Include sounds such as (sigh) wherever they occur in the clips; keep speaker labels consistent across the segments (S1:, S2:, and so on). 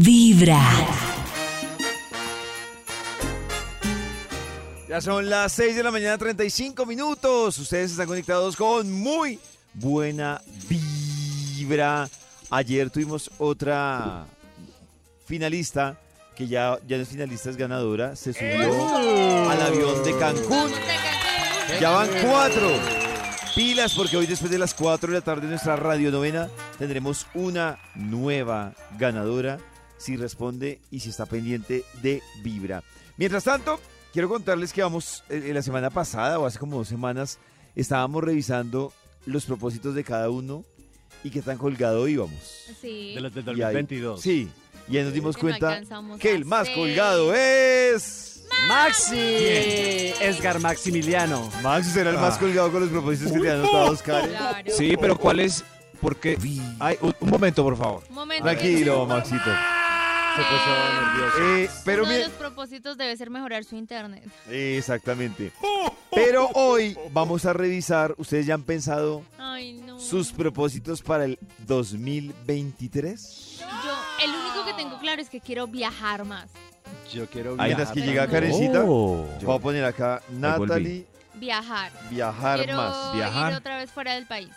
S1: Vibra.
S2: Ya son las 6 de la mañana, 35 minutos. Ustedes están conectados con muy buena vibra. Ayer tuvimos otra finalista que ya, ya no es finalista, es ganadora. Se subió al avión de Cancún. Ya van cuatro. Pilas, porque hoy después de las 4 de la tarde en nuestra radio novena tendremos una nueva ganadora si responde y si está pendiente de Vibra. Mientras tanto, quiero contarles que vamos, eh, la semana pasada o hace como dos semanas, estábamos revisando los propósitos de cada uno y qué tan colgado íbamos.
S3: Sí.
S4: De los del
S2: Y ahí-
S4: 2022.
S2: sí, y ahí nos dimos
S3: Que no
S2: cuenta
S3: alcanzamos
S2: que
S3: a
S2: el más
S3: hacer.
S2: colgado es...
S4: Maxi. Edgar Maximiliano.
S2: Max será el más
S4: Ah.
S2: colgado con los propósitos que te han anotado, Oscar.
S3: Claro.
S5: Sí, pero ¿cuál es? Porque. Ay, un, un momento, por favor.
S3: Un momento.
S2: Tranquilo, Maxito.
S4: Se puso nervioso.
S2: Eh,
S3: Pero
S2: pero
S3: Uno de
S2: mire,
S3: los propósitos debe ser mejorar su internet.
S2: exactamente. Pero hoy vamos a revisar, ¿ustedes ya han pensado
S3: Ay, no.
S2: sus propósitos para el 2023?
S3: Yo, el único que tengo claro es que quiero viajar más.
S4: Yo quiero
S2: Ahí
S4: viajar.
S2: las que
S3: pero
S2: llega
S3: no.
S2: Karencita.
S5: Yo-
S2: Oh. Voy a poner acá Natalie,
S3: Viajar.
S2: viajar
S3: quiero
S2: más.
S3: ir
S5: viajar.
S3: otra vez fuera del país.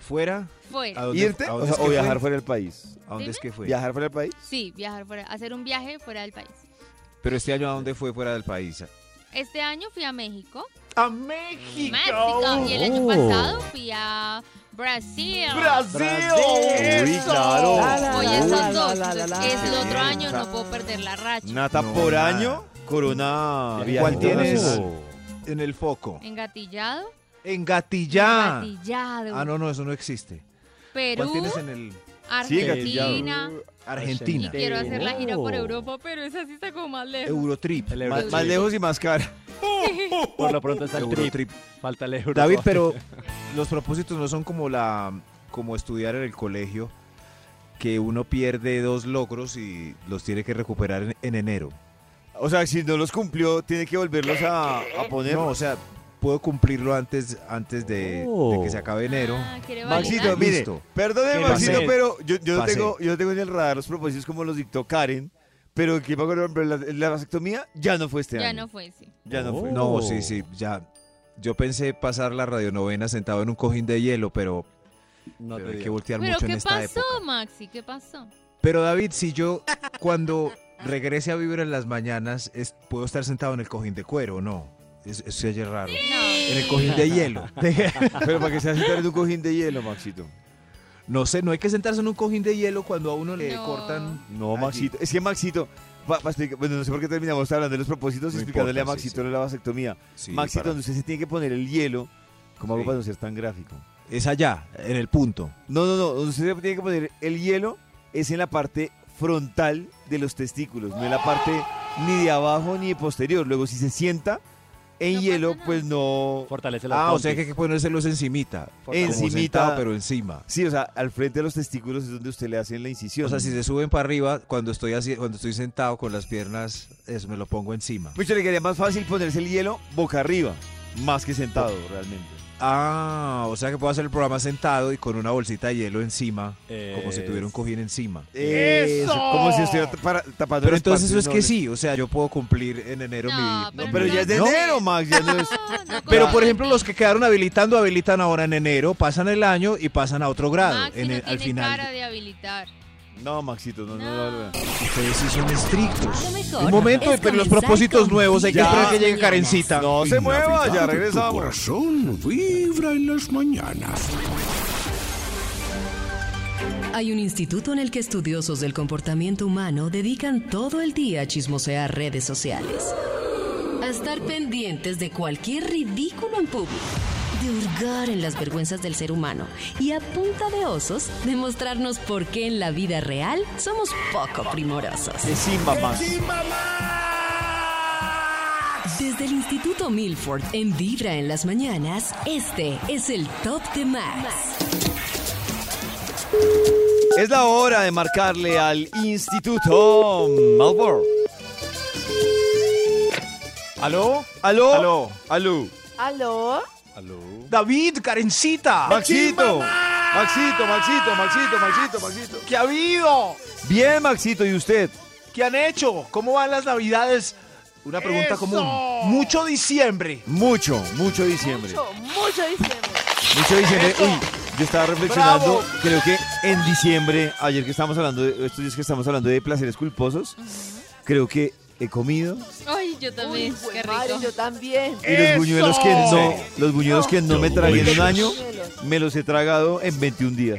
S5: ¿Fuera? ¿A
S3: Fuera.
S5: dónde-
S2: ¿Irte
S5: a
S2: o,
S5: dónde
S2: sea,
S5: es que
S2: o viajar
S5: fue?
S2: fuera del país?
S5: ¿A dónde es que fue?
S2: ¿Viajar fuera del país?
S3: Sí, viajar fuera. Hacer un viaje fuera del país.
S5: Pero este año, ¿a dónde fue fuera del país?
S3: Este año fui a México.
S4: ¡A México!
S3: México. Y el año pasado fui a Brasil.
S2: Uy, claro.
S3: Voy a
S2: Uy,
S3: esos dos. Entonces,
S2: Qué
S3: el otro
S2: bien,
S3: año
S2: Nata.
S3: no puedo perder la racha.
S2: Nata
S5: No,
S2: por
S5: nada.
S2: año, Corona.
S4: ¿Cuál
S2: viaja
S5: ¿Cuál tienes
S2: internacional.
S5: en el foco?
S3: Engatillado.
S5: Engatillá.
S3: Engatillado.
S5: Ah, no, no, eso no existe. ¿Cuál
S3: Perú,
S5: tienes en el
S2: Sí,
S3: Argentina.
S5: Argentina?
S3: y quiero hacer la gira por
S4: Oh.
S3: Europa, pero esa sí está como más lejos.
S5: Eurotrip.
S4: El
S2: Más,
S4: Eurotrip.
S2: más lejos y más cara.
S4: Por lo pronto está el trip.
S5: Eurotrip.
S4: Falta el euro.
S5: David,
S4: (laughs)
S5: pero los propósitos no son como la como estudiar en el colegio, que uno pierde dos logros y los tiene que recuperar en, en enero.
S2: O sea, si no los cumplió, tiene que volverlos a, a poner.
S5: No, o sea, puedo cumplirlo antes, antes de, de que se acabe enero.
S3: Ah, quiere
S2: Maxito,
S3: validar.
S2: mire,
S5: Listo.
S2: perdone
S4: Oh. Que
S2: Maxito,
S4: pasé.
S2: pero yo, yo no
S5: Pasé.
S2: tengo, yo no tengo en el radar los propósitos como los dictó Karen, pero que pago el nombre, la, la vasectomía ya no fue este
S3: Ya
S2: año.
S3: no fue, sí.
S2: Ya no fue. Oh.
S5: No,
S3: Oh.
S5: sí, sí, ya. Yo pensé pasar la radionovena sentado en un cojín de hielo, pero,
S4: No
S5: pero
S4: te
S5: hay que
S4: digo.
S5: voltear
S3: Pero
S5: mucho en
S3: ¿qué
S5: esta
S3: pasó,
S5: época.
S3: Maxi? ¿Qué pasó?
S5: Pero David, si yo cuando regrese a vivir en las mañanas, es- puedo estar sentado en el cojín de cuero, ¿no? Es- Eso se oye raro. En el
S3: No.
S5: cojín de hielo.
S2: (laughs) Pero para que se sentar en un cojín de hielo, Maxito.
S5: No sé, no hay que sentarse en un cojín de hielo cuando a uno le
S3: No.
S5: cortan.
S2: No,
S5: Allí.
S2: Maxito. Es que Maxito, pa- pa explica- bueno, no sé por qué terminamos hablando de los propósitos y
S5: No
S2: explicándole
S5: importa,
S2: a
S5: sí,
S2: Maxito
S5: sí.
S2: la vasectomía. Maxito,
S5: para-
S2: donde usted se tiene que poner el hielo, ¿cómo hago
S5: Sí.
S2: para no ser tan gráfico?
S5: Es allá, en el punto.
S2: No, no, no, donde usted se tiene que poner el hielo es en la parte frontal de los testículos, no en la parte ni de abajo ni de posterior. Luego, si se sienta en
S3: No pasa
S2: hielo,
S3: nada.
S2: pues no...
S4: Fortalece la
S5: Ah, o sea que hay que ponérselos encimita. Como
S2: Encimita.
S5: sentado, pero encima.
S2: Sí, o sea, al frente de los testículos es donde usted le hace la incisión.
S5: O sea, si se suben para arriba, cuando estoy así, cuando estoy sentado con las piernas, eso me lo pongo encima.
S2: Mucho le quedaría más fácil Pues, ponerse el hielo boca arriba, más que sentado realmente.
S5: Ah, o sea que puedo hacer el programa sentado y con una bolsita de hielo encima, como si tuviera un cojín encima.
S2: Eh, ¡Eso! Como si estuviera para- tapando
S5: Pero
S2: las
S5: entonces eso
S2: partes
S5: es que
S2: nobles.
S5: sí, o sea, yo puedo cumplir en enero
S3: No,
S5: mi...
S3: pero
S5: mi-
S2: Pero ya es de
S5: ¿no?
S2: enero, Max, ya no es...
S3: (laughs) No, no
S5: Pero
S2: Claro.
S5: por ejemplo, los que quedaron habilitando, habilitan ahora en enero, pasan el año y pasan a otro grado.
S3: Maxi
S5: en
S3: no
S5: el- al
S3: tiene
S5: final,
S3: cara de habilitar.
S2: No, Maxito, no, no, no. no, no.
S5: ustedes sí son estrictos.
S1: Lo mejor
S5: Pues, Un momento,
S1: es
S5: pero los
S1: comenzar
S5: propósitos
S1: con
S5: nuevos, hay que
S2: Ya.
S5: esperar que llegue
S1: Mañanas.
S5: Karencita.
S2: No se mueva, ya
S6: Navidad, tu
S2: regresamos.
S6: corazón vibra en las mañanas.
S1: Hay un instituto en el que estudiosos del comportamiento humano dedican todo el día a chismosear redes sociales. A estar pendientes de cualquier ridículo en público. De hurgar en las vergüenzas del ser humano. Y a punta de osos, demostrarnos por qué en la vida real somos poco primorosos.
S2: Encima, Max.
S1: Desde el Instituto Milford, en Vibra en las mañanas, este es el Top de Max.
S2: Es la hora de marcarle al Instituto Malbor. ¿Aló? ¿Aló?
S5: Aló.
S2: ¿Aló?
S7: ¿Aló?
S5: David, Karencita.
S2: ¡Maxito! Maxito, Maxito, Maxito, Maxito, Maxito.
S4: ¿Qué ha habido?
S2: Bien, Maxito, ¿y usted?
S4: ¿Qué han hecho? ¿Cómo van las navidades? Una pregunta común. Mucho diciembre.
S2: Mucho, mucho diciembre.
S7: Mucho, mucho diciembre.
S2: Mucho diciembre.
S4: Eso.
S2: Uy, yo estaba reflexionando,
S4: Bravo.
S2: creo que en diciembre, ayer que estábamos hablando, de, estos días que estamos hablando de placeres culposos, creo que he comido
S3: Ay, yo también.
S7: Uy,
S3: qué
S7: güey,
S3: rico.
S7: madre, yo también.
S2: y los buñuelos que no, los buñuelos que no me tragué en un año, me los he tragado en 21 días.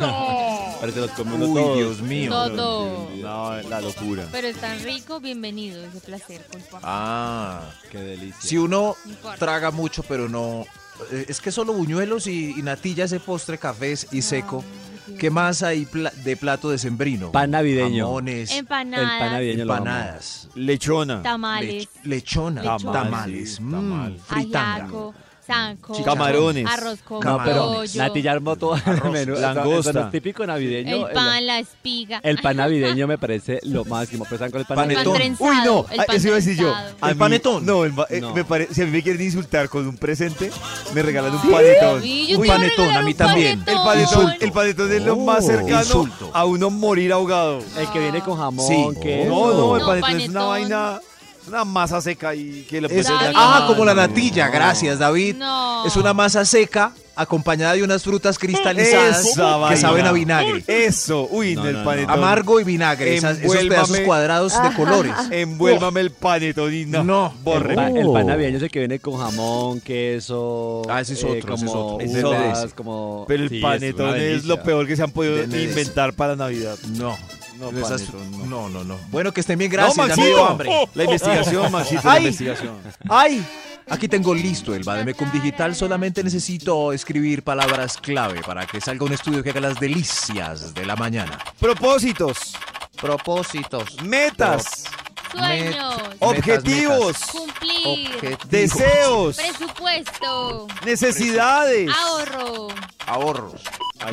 S4: Ahora te los come uno
S5: Uy,
S4: todo.
S5: Dios mío.
S3: Todo.
S4: No, la locura.
S3: (laughs) Pero es tan rico, bienvenido. Ese placer, pues, culpa.
S5: Ah.
S4: Qué delicia.
S5: Si uno
S3: No importa.
S5: traga mucho, pero no. eh, Es que solo buñuelos y, y natilla, ese postre, cafés y seco. ¿Qué más hay pla- de plato decembrino?
S4: Pan navideño.
S5: Jamones,
S3: Empanadas,
S4: El pan navideño lo amo.
S5: empanadas,
S2: Lechona,
S3: tamales,
S5: lech- lechona,
S3: Lechona.
S4: Ah,
S5: tamales, mm,
S2: Tamal.
S5: fritanga.
S3: ayaco, zanco,
S2: Camarones.
S3: arroz con
S5: No, pero
S3: pollo,
S4: Nati ya armó todo el menú.
S2: langosta.
S4: Eso no es típico navideño.
S3: el pan, la espiga.
S4: El pan navideño me parece lo máximo. Pues con el pan
S3: el pan
S5: Panetón.
S3: trenzado,
S2: Uy, no,
S3: el
S2: ah,
S3: pan
S2: eso iba a decir yo.
S3: trenzado.
S2: A
S5: ¿El panetón?
S2: No, el ba- eh,
S4: No.
S2: Me pare- si a mí me quieren insultar con un presente, me regalan un panetón.
S3: Sí, yo
S2: Uy,
S3: te voy a
S5: panetón,
S3: regalar
S5: a mí
S3: un
S5: también.
S2: el panetón,
S3: panetón.
S2: el panetón es lo más
S5: Oh,
S2: cercano
S5: insulto.
S2: a uno morir ahogado.
S4: El que viene con jamón,
S5: Sí.
S4: que
S2: No, no, el
S3: No,
S2: panetón, es una
S3: panetón.
S2: vaina, una masa seca y que le
S5: Es-
S2: ponen-
S3: David.
S5: ah, como la
S2: No.
S5: natilla, gracias David.
S3: No.
S5: Es una masa seca acompañada de unas frutas cristalizadas
S2: Esa
S5: que
S2: vaina.
S5: saben a vinagre.
S2: Eso, uy,
S4: No,
S2: no, el
S4: no, no.
S2: panetón.
S5: Amargo y vinagre, esas- esos
S2: Envuélvame.
S5: pedazos cuadrados de colores.
S2: Envuélvame el panetón y no,
S5: No.
S4: El,
S2: borre.
S4: pa- el pan
S5: Oh.
S4: navideño es el que viene con jamón, queso.
S5: Ah,
S8: eh,
S5: ese es otro, ese es
S4: como
S5: otro.
S2: Ese es
S4: uvas,
S5: otro.
S4: como.
S2: Pero el
S4: Sí, es
S2: panetón
S4: una
S2: es,
S4: delicia.
S2: lo peor que se han podido
S5: Denme eso.
S2: inventar para Navidad.
S5: No,
S2: No,
S5: esas-
S2: panetón,
S5: no, no, no. Bueno, que estén bien, gracias.
S2: no,
S5: ya me dio
S2: Maxito.
S5: hambre.
S2: La investigación, Maxito, la
S5: Ay.
S2: investigación.
S5: ¡Ay! Aquí tengo listo el Bademecum Digital. Solamente necesito escribir palabras clave para que salga un estudio que haga las delicias de la mañana.
S2: Propósitos,
S5: Propósitos.
S2: metas,
S3: Sueños,
S2: objetivos,
S3: cumplir,
S2: deseos,
S3: presupuesto,
S2: necesidades.
S3: ahorro.
S5: Ahorros. Ahí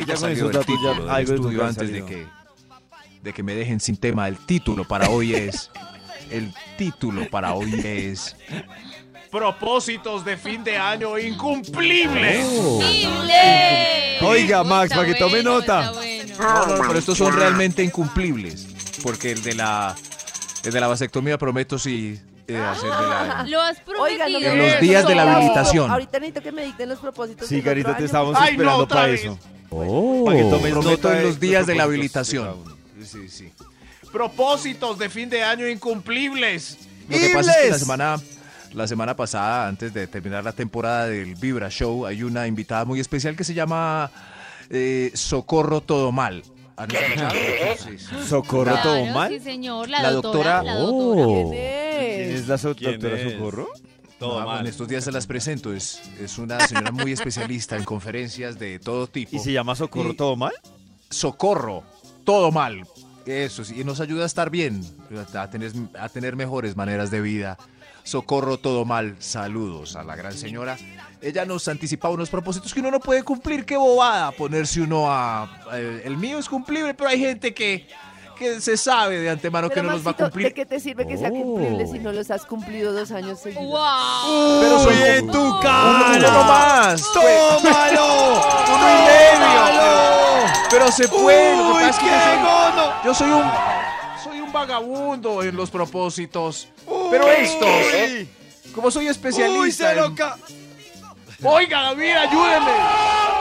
S2: ya
S5: ya
S2: con
S5: salió
S2: esos
S5: el
S2: datos ya
S5: título del
S2: algo de
S5: estudio
S2: tu
S5: antes de
S2: salió.
S5: que, de que me dejen sin tema. El título para hoy es... El título para hoy es...
S9: Propósitos de fin de año incumplibles.
S3: ¡Cumplible!
S2: Oh. Oiga,
S3: Uy,
S2: Max,
S3: está
S2: para que tome
S3: bueno,
S2: nota.
S3: está bueno.
S5: No, no, pero estos son realmente incumplibles. Porque el de la, el de la vasectomía prometo sí... eh, hacer de
S9: (laughs)
S7: (laughs)
S5: la-
S3: Lo has prometido.
S7: Oigan,
S5: En los días de la habilitación.
S7: Ahorita necesito que me dicten los propósitos.
S2: Sí,
S7: del
S2: Carita,
S7: otro
S2: te
S7: año.
S2: estábamos
S9: Ay, no,
S2: esperando
S9: otra
S2: para
S9: vez.
S2: eso.
S4: Oh.
S2: Para que tomes
S5: Prometo
S2: nota
S5: en
S2: de
S5: los días de
S2: propósitos de
S5: la habilitación.
S2: cada uno.
S5: Sí, sí.
S9: Propósitos de fin de año incumplibles.
S5: Lo que pasa es que la
S2: Ibles.
S5: semana, la semana pasada, antes de terminar la temporada del Vibra Show, hay una invitada muy especial que se llama eh, Socorro Todo Mal. ¿Han escuchado? Sí, sí.
S2: Socorro
S3: Claro,
S2: todo mal. Oh.
S3: Sí, señor, la,
S5: La
S3: doctora.
S5: doctora-
S3: La doctora.
S7: ¿Quién es?
S2: ¿Es la so-
S4: ¿Quién
S2: doctora
S4: es?
S2: Socorro?
S5: Ah, bueno, En estos días se las presento. Es, es una señora muy especialista en conferencias de todo tipo.
S2: ¿Y se llama Socorro
S5: Y-
S2: todo mal?
S5: Socorro Todo Mal. Eso sí, y nos ayuda a estar bien, a tener, a tener mejores maneras de vida. Socorro Todo Mal. Saludos a la gran señora. Ella nos anticipaba unos propósitos que uno no puede cumplir. Qué bobada ponerse uno a... eh, El, el mío es cumplible, pero hay gente que, que se sabe de antemano
S7: Pero,
S5: que no los va a
S7: Maxito, ¿de
S5: cumplir.
S7: qué te sirve que
S2: Oh.
S7: sea cumplible si no los has cumplido dos años seguidos?
S3: ¡Wow!
S5: Pero son-
S2: ¡Uy, en
S3: Uno-
S2: tu
S5: ¡Uno, uno
S2: cara!
S5: nomás!
S2: ¡Tómalo!
S5: (laughs) ¡Uno y medio! Pero se puede. lo que
S2: ¡Uy,
S5: pasa es que
S2: qué
S5: yo soy-
S2: gono!
S5: Yo soy un soy un vagabundo en los propósitos. Pero estos,
S2: ¡Uy!
S5: como soy
S2: ¡Uy,
S5: especialista
S2: se
S5: en-
S2: loca!
S9: Oiga, David, ayúdeme.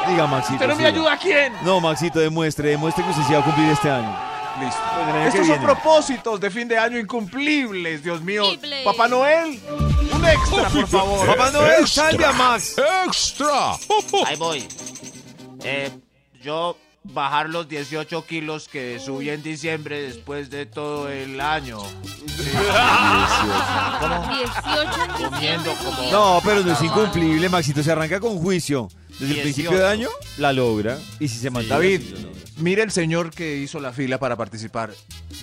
S2: Diga, Maxito.
S9: ¿Usted no me
S2: siga.
S9: ayuda a quién?
S2: No, Maxito, demuestre, demuestre que usted se va a cumplir este año.
S5: Listo.
S2: Pues el año que
S9: Estos son
S2: viene.
S9: propósitos de fin de año incumplibles, Dios mío.
S3: Incumplibles.
S9: Papá Noel, un extra, por favor.
S2: Papá Noel, salve a Max.
S6: ¡Extra!
S10: Ahí voy. Eh, yo bajar los 18 kilos que subí en diciembre después de todo el año.
S3: 18 en
S10: Comiendo como-
S2: No, pero
S5: Ah,
S2: no es incumplible, Maxito. Se arranca con juicio. Desde el
S10: 18.
S2: principio de año, la logra. Y si se mantiene.
S5: David, mire el señor que hizo la fila para participar.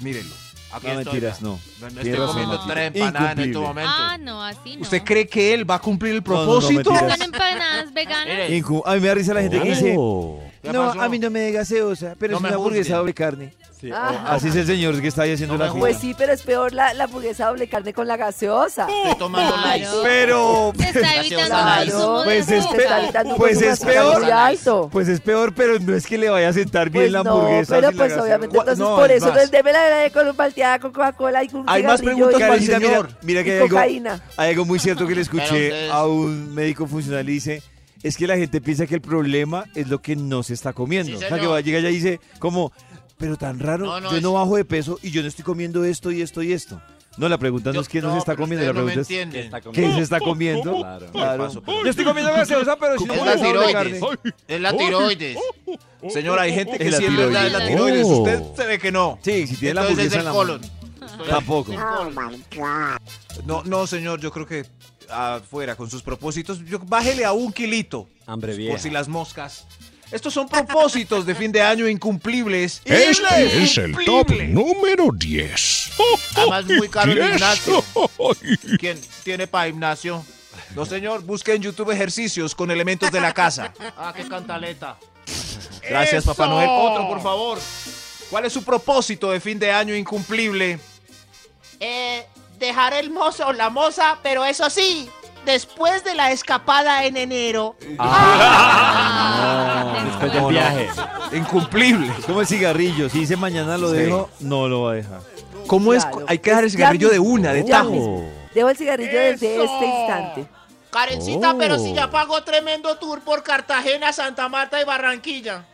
S5: Mírenlo.
S10: Aquí
S2: No,
S10: estoy.
S2: mentiras, no.
S10: Me
S2: Tiene
S10: estoy
S2: razón,
S10: comiendo
S2: Maxito.
S10: tres empanadas en este
S2: Incumplible.
S10: momento.
S3: Ah, no, así no.
S5: ¿Usted cree que él va a cumplir el
S2: No, no, no,
S5: propósito?
S2: mentiras.
S3: ¿Son empanadas veganas?
S10: Mire,
S2: Incu- a mí me da risa la gente que dice.
S4: Oh.
S10: ¿qué pasó?
S2: me da gaseosa, pero
S10: No me juzguen.
S2: doble carne. Oh, Así es el señor que está ahí haciendo la
S7: Pues
S2: fiesta.
S7: sí, pero es peor la, la hamburguesa doble carne con la gaseosa.
S9: Estoy tomando
S11: Claro.
S9: light.
S2: Pero,
S11: Se
S2: (laughs)
S11: está evitando el
S9: Claro.
S11: consumo
S2: Pues
S11: de
S2: es
S11: azúcar.
S2: pe-
S7: Está evitando
S2: pues
S7: con un
S2: es
S7: azúcar
S2: peor.
S7: muy alto.
S2: pues es peor, pero no es que le vaya a sentar bien
S7: Pues
S2: la
S7: no,
S2: hamburguesa.
S7: pero
S2: sin la
S7: pues
S2: gaseosa.
S7: obviamente
S12: Gua-
S7: entonces
S12: no,
S7: por
S12: es
S7: eso
S12: más.
S7: entonces deme la de con palteada con Coca-Cola y con un
S12: Hay más
S7: cigarrillo
S12: preguntas
S7: y-
S12: para el
S2: Karencita, mira,
S12: señor.
S2: mira que
S7: y
S2: hay algo,
S7: cocaína.
S2: hay algo muy cierto que le
S9: Pero
S2: escuché
S9: ustedes-
S2: a un médico funcional y dice, es que la gente piensa que el problema es lo que no se está comiendo.
S9: Sí,
S2: o sea, que
S9: señor.
S2: va, llega allá y dice, como, pero tan raro,
S9: No, no,
S2: yo no
S9: es-
S2: bajo de peso y yo no estoy comiendo esto y esto y esto. No, la pregunta no
S9: Yo-
S2: es quién no, se está
S9: pero
S2: comiendo, la
S9: ustedes no me
S2: pregunta es
S9: entienden.
S2: qué se está comiendo.
S12: Claro.
S2: Claro.
S12: Paso,
S2: Yo estoy comiendo gaseosa, pero si no
S9: Es
S2: puedo
S9: la
S2: comer doble carne.
S9: tiroides. Es la tiroides.
S5: Señora, hay gente que
S2: Es la
S5: sí es verdad, es la
S11: tiroides.
S5: tiroides.
S12: Oh.
S5: Usted se ve que no.
S2: Sí, si tiene la
S9: Entonces es
S2: hamburguesa en
S9: el
S2: la
S9: colon.
S2: mano.
S9: Estoy-
S2: Tampoco.
S5: No, no, señor, yo creo que afuera, con sus propósitos, yo- bájele a un kilito.
S8: Hambre
S5: Por
S8: vieja.
S5: si las moscas. Estos son propósitos de fin de año incumplibles.
S6: (laughs) Este es el top
S13: Incumplible.
S6: número 10.
S9: Además, muy caro el
S6: Yes. (laughs)
S9: gimnasio.
S5: ¿Quién tiene para gimnasio? No, señor, busque en YouTube ejercicios con elementos de la casa.
S9: Ah, qué cantaleta.
S5: Gracias,
S13: ¡Eso!
S5: Papá Noel. Otro, por favor. ¿Cuál es su propósito de fin de año incumplible?
S4: Eh, dejar el mozo o la moza, pero eso sí, después de la escapada en enero.
S11: Ah,
S8: Después del viaje.
S5: Incumplible.
S2: Es como el cigarrillo, si dice mañana lo
S5: Sí.
S2: dejo, no lo va a dejar.
S5: ¿Cómo es?
S7: Claro.
S5: Hay que dejar el
S7: Ya
S5: cigarrillo de
S7: mismo,
S5: una, de
S7: ya
S5: tajo.
S7: mismo.
S2: Oh.
S7: Dejo el cigarrillo desde
S13: ¡Eso!
S7: este instante.
S4: Karencita, pero
S8: Oh.
S4: si ya pagó tremendo tour por Cartagena, Santa Marta y Barranquilla.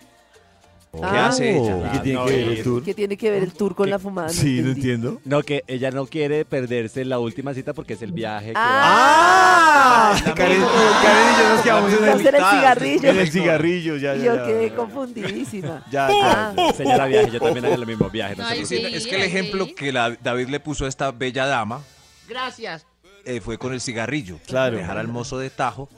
S7: Ah,
S5: ¿Qué hace
S2: ¿Y
S5: ella? eh,
S2: qué tiene que ver
S8: eh,
S2: el tour?
S7: ¿Qué tiene que ver el tour con la fumada?
S2: Sí, no
S7: entendí.
S2: entiendo.
S8: No, que ella no quiere perderse la última cita porque es el viaje. que va-
S2: ¡Ah! Karen, Karen y yo nos quedamos en
S7: Vamos
S2: el,
S7: en el cigarrillo.
S2: en el cigarrillo, ya, ya.
S7: Yo
S2: ya.
S7: quedé confundidía. (laughs)
S2: Ya, ya.
S8: Señora viaje, yo también haría el mismo viaje. No se
S11: Ay,
S8: preocupe.
S5: Sí, no, es que el
S11: Sí,
S5: ejemplo
S11: sí.
S5: que la- David le puso a esta bella dama
S4: Gracias.
S5: eh, fue con el cigarrillo.
S2: Claro.
S5: Dejar al mozo de tajo.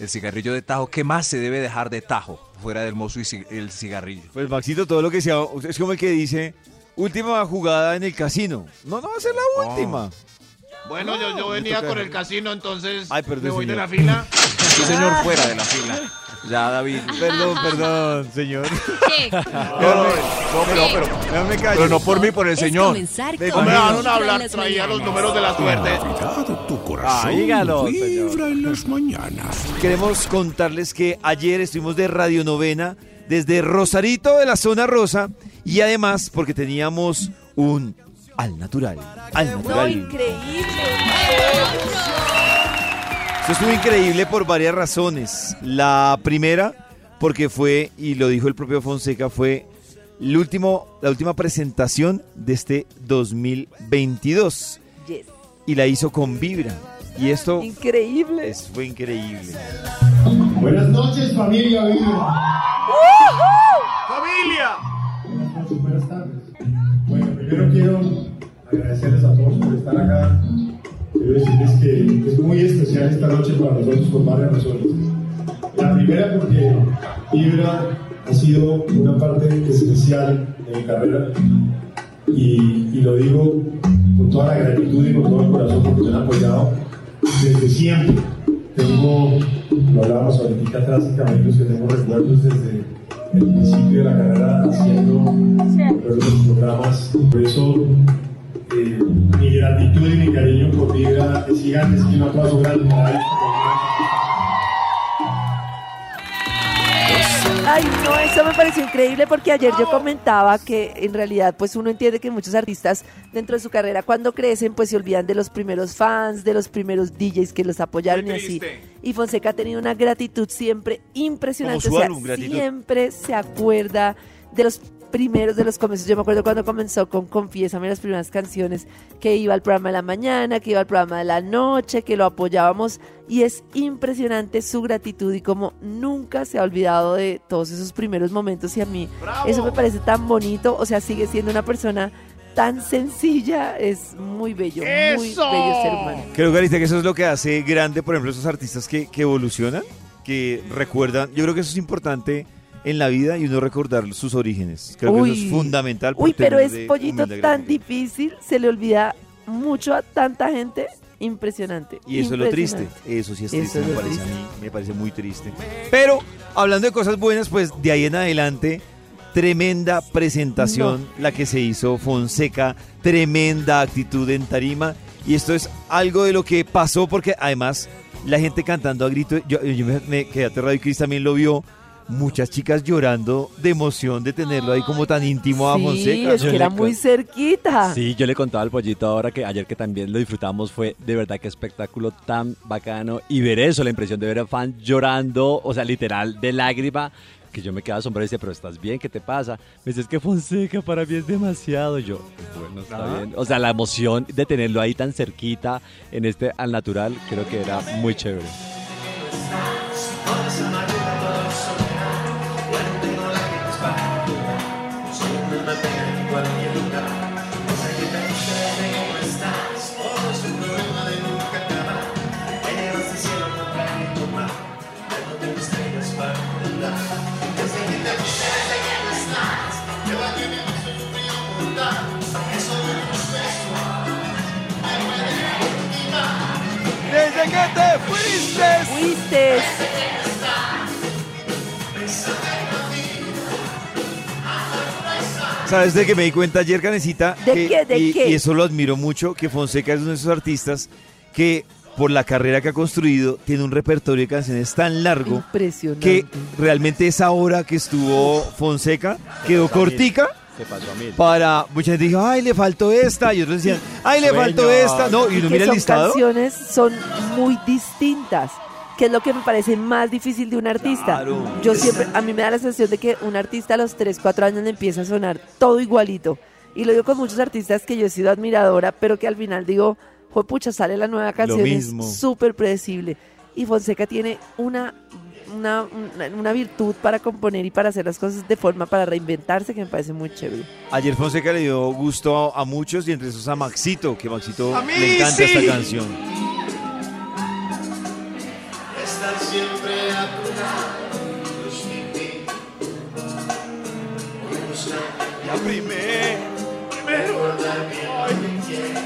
S5: El cigarrillo de tajo, ¿qué más se debe dejar de tajo fuera del mozo y ci- el cigarrillo?
S2: Pues Maxito, todo lo que sea, es como el que dice, última jugada en el casino. No, no va a ser la última.
S9: Oh. Bueno, yo, yo venía con el casino, entonces
S2: Ay, perdón,
S9: me voy de
S2: señor.
S9: la fila.
S5: Sí, señor, fuera de la fila. Ya, David.
S2: Perdón, perdón, señor.
S11: ¿Qué?
S5: No, no, no, pero,
S11: ¿Qué?
S5: pero,
S2: No me callo.
S5: pero no por mí, por el
S14: Es
S5: señor.
S14: comenzar
S2: Me
S14: con
S9: dejaron
S14: Vibra en
S9: hablar,
S14: las
S9: traía los
S14: mañanas.
S9: números de la suerte. Ah,
S6: Navidad, tu
S2: Ah,
S6: corazón
S8: dígalo,
S6: vibra
S8: señor.
S6: en las mañanas.
S2: Queremos contarles que ayer estuvimos de Radio Novena desde Rosarito de la zona rosa y además porque teníamos un al natural, al
S7: No,
S2: natural.
S7: increíble.
S2: Esto estuvo increíble por varias razones. La primera, porque fue, y lo dijo el propio Fonseca, fue el último, la última presentación de este 2022
S7: Yes.
S2: y la hizo con Vibra. Y esto
S7: Increíble.
S2: es- fue increíble.
S4: Buenas noches, familia.
S13: ¡Familia!
S4: Buenas tardes. Bueno, primero quiero agradecerles a todos por estar acá. Quiero decirles que es muy especial esta noche para nosotros, por varias razones. La primera porque Ibra ha sido una parte esencial de mi carrera y, y lo digo con toda la gratitud y con todo el corazón porque me han apoyado desde siempre. Tengo, lo hablábamos ahorita atrás, caminos que tengo recuerdos desde el principio de la carrera haciendo los programas. Por eso eh, mi gratitud y mi cariño por Vibra es gigante, así que un aplauso grande para él.
S7: Ay, no, eso me pareció increíble porque ayer yo comentaba que en realidad pues uno entiende que muchos artistas dentro de su carrera cuando crecen pues se olvidan de los primeros fans, de los primeros DJs que los apoyaron y
S5: Muy
S7: así.
S5: triste.
S7: Y Fonseca ha tenido una gratitud siempre impresionante,
S2: Como su
S7: o sea,
S2: álbum, gratitud.
S7: siempre se acuerda de los primeros de los comienzos. Yo me acuerdo cuando comenzó con Confiésame las primeras canciones, que iba al programa de la mañana, que iba al programa de la noche, que lo apoyábamos y es impresionante su gratitud y como nunca se ha olvidado de todos esos primeros momentos y a mí eso me parece tan bonito, o sea, sigue siendo una persona tan sencilla, es muy bello, muy
S13: ¡Eso!
S7: bello ser humano.
S2: Creo, Carita, que eso es lo que hace grande, por ejemplo, esos artistas que, que evolucionan, que recuerdan. Yo creo que eso es importante en la vida y uno recordar sus orígenes. Creo que eso
S7: Uy.
S2: es fundamental. por
S7: Uy, pero
S2: términos
S7: es
S2: de
S7: pollito
S2: humildad y
S7: tan
S2: gratitud.
S7: difícil, se le olvida mucho a tanta gente, impresionante.
S2: Y eso es lo triste.
S7: impresionante.
S2: Eso sí es
S7: Eso
S2: triste,
S7: es
S2: me
S7: lo
S2: parece a
S7: triste.
S2: mí. Me parece muy triste. Pero hablando de cosas buenas, pues de ahí en adelante Tremenda presentación la que se hizo Fonseca, tremenda actitud en tarima. Y esto es algo de lo que pasó porque además la gente cantando a grito, yo, yo me, me quedé aterrado y Cris también lo vio. Muchas chicas llorando de emoción de tenerlo ahí como tan íntimo a
S7: Sí,
S2: Fonseca.
S7: es que era muy cerquita.
S8: Sí, yo le contaba al pollito ahora que ayer que también lo disfrutamos fue de verdad que espectáculo tan bacano y ver eso, la impresión de ver a fan llorando, o sea, literal de lágrima, que yo me quedaba asombrado y decía, pero estás bien, ¿qué te pasa? Me dice, es que Fonseca para mí es demasiado. Yo, bueno, está
S15: Ah.
S8: bien. O sea, la emoción de tenerlo ahí tan cerquita en este al natural, creo que era muy chévere.
S2: Desde que te fuiste.
S7: Fuiste.
S2: ¿Sabes de que me di cuenta ayer, Canecita?
S7: ¿De
S2: que-
S7: qué? ¿De
S2: y,
S7: qué?
S2: y eso lo admiro mucho, que Fonseca es uno de esos artistas que por la carrera que ha construido tiene un repertorio de canciones tan largo
S7: Impresionante.
S2: que realmente esa hora que estuvo Fonseca quedó cortica
S8: Se pasó a mil.
S2: para mucha gente dijo, ay, le faltó esta, y otros decían, ay, le
S8: Sueño.
S2: faltó esta, no, y uno
S7: que
S2: mira el
S7: son
S2: listado.
S7: canciones son muy distintas, que es lo que me parece más difícil de un artista. Yo siempre, a mí me da la sensación de que un artista a los 3, 4 años le empieza a sonar todo igualito. Y lo digo con muchos artistas que yo he sido admiradora, pero que al final digo, pucha, sale la nueva canción, es
S2: mismo.
S7: súper predecible. Y Fonseca tiene una, una, una, una virtud para componer y para hacer las cosas de forma, para reinventarse, que me parece muy chévere.
S2: Ayer Fonseca le dio gusto a, a muchos y entre esos a Maxito, que Maxito
S7: A mí
S2: le encanta esta
S7: sí.
S2: canción.
S16: Estar siempre a tu lado es mi fin. Por eso
S2: Ya primero,
S16: recordar bien lo que quiero,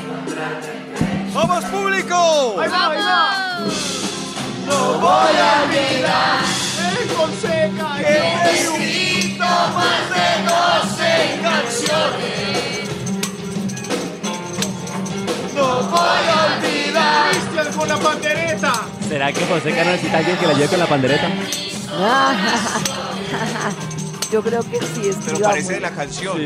S16: encontrarte.
S2: ¡Vamos, público!
S16: Ahí va, ahí va.
S2: No
S16: voy a olvidar
S9: el Fonseca
S16: que he escrito más de 12 canciones. No voy a olvidar.
S9: Cristian con la pandereta.
S8: ¿Será que Fonseca no necesita alguien que la lleve con la pandereta?
S7: (laughs) Yo creo que sí es
S4: Pero parece de la canción.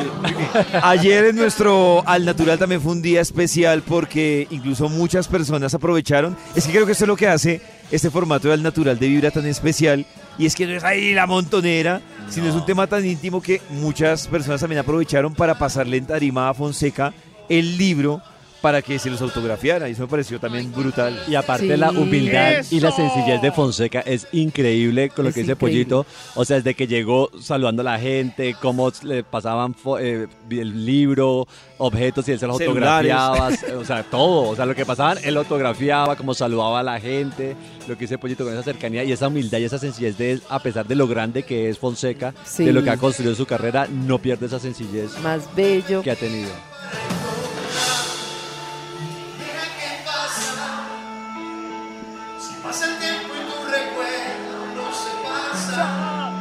S2: Ayer en nuestro Al Natural también fue un día especial porque incluso muchas personas aprovecharon. Es que creo que esto es lo que hace este formato de Al Natural de Vibra tan especial. Y es que no es ahí la montonera, sino es un tema tan íntimo que muchas personas también aprovecharon para pasarle en tarima a Fonseca el libro para que se los autografiara. Y eso me pareció también brutal.
S8: Y aparte la humildad y la sencillez de Fonseca es increíble con lo
S2: Es
S8: que dice
S2: increíble.
S8: Pollito. O sea, desde que llegó saludando a la gente, cómo le pasaban fo- eh, el libro, objetos y él se los
S2: Celulares.
S8: autografiaba.
S2: (laughs)
S8: O sea, todo. O sea, lo que pasaban, él lo autografiaba, cómo saludaba a la gente. Lo que dice Pollito con esa cercanía y esa humildad y esa sencillez de él, a pesar de lo grande que es Fonseca,
S7: Sí.
S8: de lo que ha construido en su carrera, no pierde esa sencillez
S7: más bello.
S8: que ha tenido.
S16: Mira qué pasa. Si pasa el tiempo y tu recuerdo no se pasa.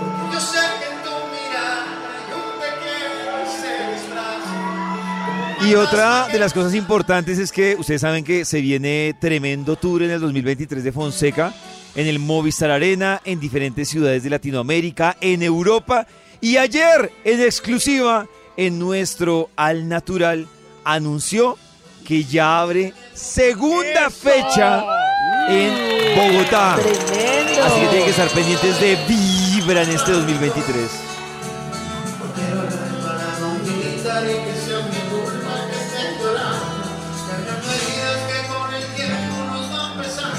S16: Porque yo sé que en tu mirada hay un pequeño se disfraza.
S2: Y otra de las cosas importantes es que ustedes saben que se viene tremendo tour en el 2023 de Fonseca, en el Movistar Arena, en diferentes ciudades de Latinoamérica, en Europa. Y ayer, en exclusiva, en nuestro Al Natural, anunció que ya abre segunda fecha en Bogotá. Así que tienen que estar pendientes de Vibra en este 2023.
S16: Gritaré que sea mi culpa que esté llorando. Cargando heridas que con el tiempo nos van pesando.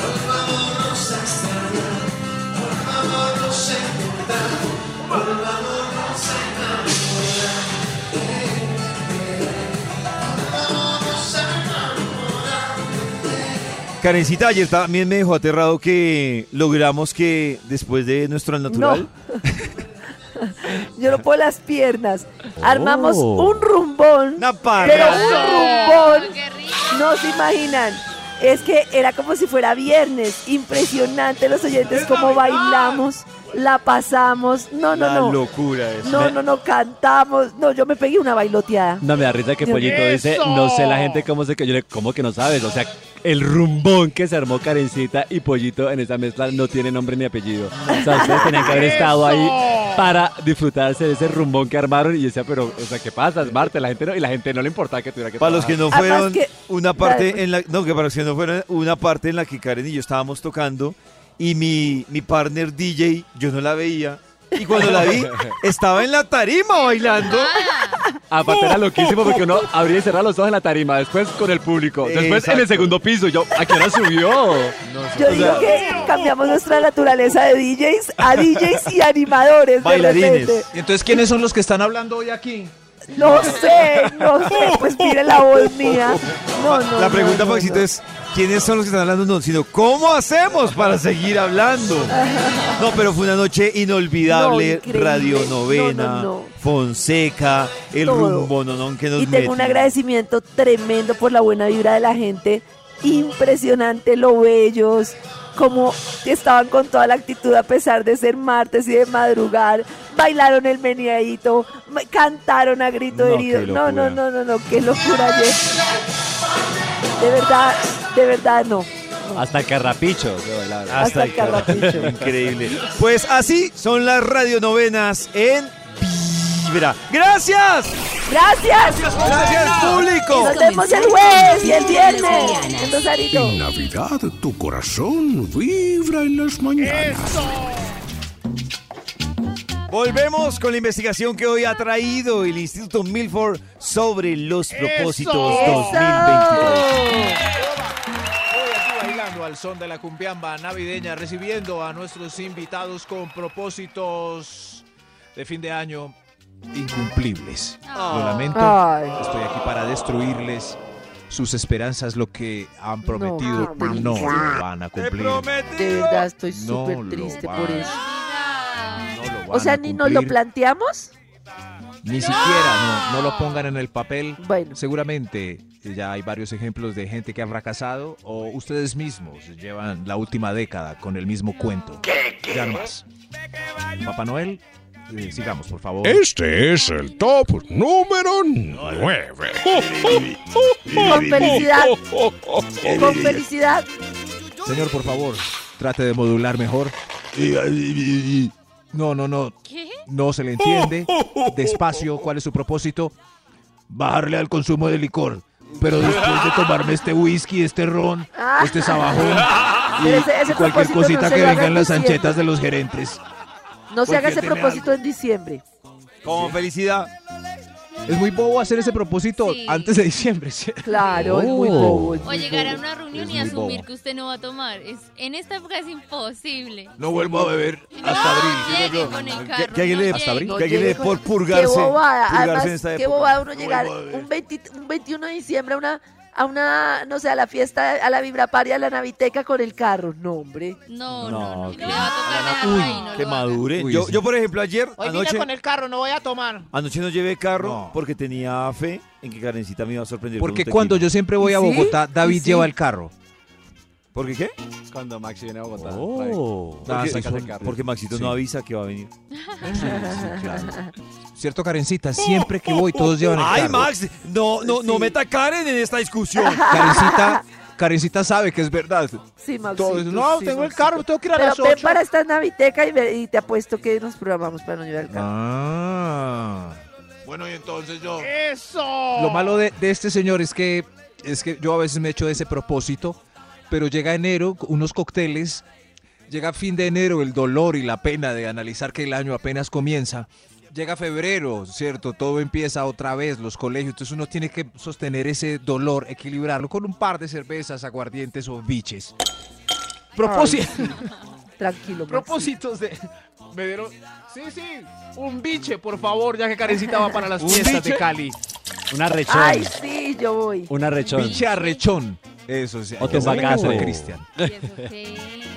S16: Volvámonos a extrañar, volvámonos a encontrar, volvámonos a enamorar.
S2: Karencita ayer también me dejó aterrado que logramos que después de nuestro al natural.
S7: (laughs) Yo lo pongo las piernas. Armamos
S2: Oh.
S7: un rumbón. pero un rumbón. No se imaginan. Es que era como si fuera viernes. Impresionante los oyentes cómo bailamos, la pasamos. No, no,
S2: La
S7: no.
S2: locura es.
S7: No, no, no, cantamos. No, yo me pegué una bailoteada.
S8: No, me da risa que
S7: Dios mío.
S8: Pollito dice, no sé la gente cómo se... que-". Yo le, ¿cómo que no sabes? O sea, el rumbón que se armó Karencita y Pollito en esa mezcla no tiene nombre ni apellido. O sea, ustedes tenían que haber estado ahí para disfrutarse de ese rumbón que armaron. Y decía, pero, o sea, ¿qué pasa? Es martes, la gente no... Y la gente no le importaba que tuviera que
S2: Para los que no
S8: trabajar.
S2: fueron una parte en la no que para los que no fueron una parte en la que Karen y yo estábamos tocando y mi mi partner DJ yo no la veía y cuando la
S4: (laughs)
S2: vi estaba en la tarima bailando.
S8: Aparte Ah, era loquísimo porque uno abría y cerraba los ojos en la tarima, después con el público, después en
S2: Exacto.
S8: el segundo piso. y Yo, ¿a qué hora subió?
S7: Yo
S8: O
S7: digo
S8: sea,
S7: que cambiamos nuestra naturaleza de DJs a DJs y animadores. de repente.
S5: ¿Y entonces quiénes son los que están hablando hoy aquí?
S7: No sé, no sé. Pues mire la voz mía. No, no.
S2: la
S7: no,
S2: pregunta
S7: no,
S2: Maxito
S7: no.
S2: es quiénes son los que están hablando no, sino cómo hacemos para seguir hablando. No, pero fue una noche
S7: No,
S2: inolvidable,
S7: increíble.
S2: radionovena,
S7: No, no, no.
S2: Fonseca, el
S7: Todo.
S2: rumbo nonón que nos
S7: Y tengo un
S2: metió.
S7: agradecimiento tremendo por la buena vibra de la gente. Impresionante lo bellos, como estaban con toda la actitud a pesar de ser martes y de madrugar. Bailaron el meneadito, ma- cantaron a grito
S2: No, qué
S7: herido. No, no,
S2: locura.
S7: no, no, no, qué locura ayer. De verdad, de verdad no.
S8: Hasta el carrapicho. se bailaba.
S2: Hasta el carrapicho. Increíble. Pues así son las radionovenas en Vibra. ¡Gracias!
S7: Gracias.
S2: Gracias, público.
S7: Nos vemos el jueves y el viernes. Entonces, Arito.
S4: En Navidad tu corazón vibra en las mañanas.
S2: Volvemos con la investigación que hoy ha traído el Instituto Milford sobre los propósitos 2023.
S5: Hoy aquí bailando al son de la cumbiamba navideña, recibiendo a nuestros invitados con propósitos de fin de año incumplibles. Lo lamento,
S7: Ah. Ay.
S5: estoy aquí para destruirles sus esperanzas, lo que han prometido no,
S7: Mauricio.
S5: lo van a cumplir.
S7: De verdad estoy
S5: No
S7: súper
S5: lo
S7: triste
S5: van-
S7: por eso.
S5: No lo
S7: O sea,
S5: van a
S7: ni nos lo
S5: cumplir.
S7: planteamos.
S5: Ni siquiera, no, no lo pongan en el papel.
S7: Bueno.
S5: Seguramente eh, ya hay varios ejemplos de gente que ha fracasado o ustedes mismos llevan la última década con el mismo cuento. Ya no más. Papá Noel, eh, sigamos, por favor.
S4: Este es el top número 9.
S7: Con
S5: (laughs)
S7: felicidad. Con felicidad.
S5: Señor, por favor, trate de modular mejor. No, no, no.
S3: ¿Qué?
S5: No se le entiende. Despacio, ¿cuál es su propósito? Bajarle al consumo de licor. Pero después de tomarme este whisky, este ron,
S7: (laughs)
S5: este sabajón y,
S7: Ah. Pero ese- ese
S5: y cualquier
S7: propósito
S5: cosita
S7: no se
S5: que
S7: lo haga
S5: venga en las
S7: en
S5: anchetas de los gerentes.
S7: No se
S5: Porque
S7: haga ese
S5: Pues tiene
S7: propósito en diciembre.
S2: Como felicidad.
S5: Es muy bobo hacer ese propósito antes de diciembre. ¿sí? Oh.
S7: Claro, es muy bobo. es
S3: O
S7: muy
S3: llegar a
S7: bobo.
S3: una reunión
S5: Es
S3: y
S5: muy
S3: asumir
S5: bobo.
S3: que usted no va a tomar. Es, en esta época es imposible.
S5: No vuelvo a beber
S3: hasta abril. Llegue con el
S2: Que,
S3: carro.
S2: que alguien le
S3: no llegue.
S2: que alguien le dé
S7: Llegó-
S2: por purgarse.
S7: Qué bobada.
S2: purgarse
S7: Además,
S2: en esta
S7: qué
S2: época.
S7: bobada uno llegar un, 20 un 21 de diciembre a una, a una, no sé, a la fiesta, a la vibraparia, a la naviteca con el carro. No, hombre.
S3: No,
S2: No,
S3: no, no. Le va a tocar
S2: Uy,
S3: dejarlo ahí, no
S2: que
S3: lo haga.
S2: madure. Yo, yo, por ejemplo, ayer,
S9: Hoy
S2: anoche,
S9: vine con el carro, no voy a tomar.
S2: anoche no llevé carro porque tenía fe en que Karencita me iba a sorprender. con un
S5: Porque
S2: tequila.
S5: cuando yo siempre voy a
S2: ¿Sí?
S5: Bogotá, David
S2: ¿Sí?
S5: lleva el carro.
S2: ¿Por qué qué?
S8: Cuando Maxi viene a Bogotá. Oh.
S2: Porque,
S5: sí,
S2: porque-
S5: son-
S2: porque Maxito
S5: Sí.
S2: no avisa que va a venir.
S5: ¿Cierto, Karencita? Siempre que voy, todos llevan el
S2: Ay,
S5: carro.
S2: Max, no, no, no meta a Karen en esta discusión.
S5: Karencita, Karencita sabe que es verdad.
S7: Sí,
S5: Todo
S7: Maxito,
S5: es, no,
S7: sí,
S5: tengo el
S7: Maxito.
S5: carro, tengo que ir a
S7: Pero
S5: las
S7: ven
S5: 8.
S7: para esta naviteca y, ve- y te apuesto que nos programamos para no llevar el
S5: (laughs)
S7: carro.
S5: Ah.
S9: Bueno, y entonces yo.
S17: ¡Eso!
S5: Lo malo de, de este señor es que, es que yo a veces me echo de ese propósito, pero llega enero, unos cócteles, llega fin de enero el dolor y la pena de analizar que el año apenas comienza. Llega febrero, ¿cierto? Todo empieza otra vez, los colegios. Entonces uno tiene que sostener ese dolor, equilibrarlo con un par de cervezas, aguardientes o biches. Propósito. (laughs)
S7: Tranquilo.
S17: Propósitos de. Me dieron. Sí, sí. Un biche, por favor, ya que Karencita va para las
S5: Un
S17: fiestas
S5: biche.
S17: de Cali.
S8: Una rechón.
S7: Ay, sí, yo voy.
S8: Una rechón.
S5: Biche arrechón. Eso sí.
S8: Otto
S5: casa
S8: Bacazo.
S5: Cristian.
S8: (laughs)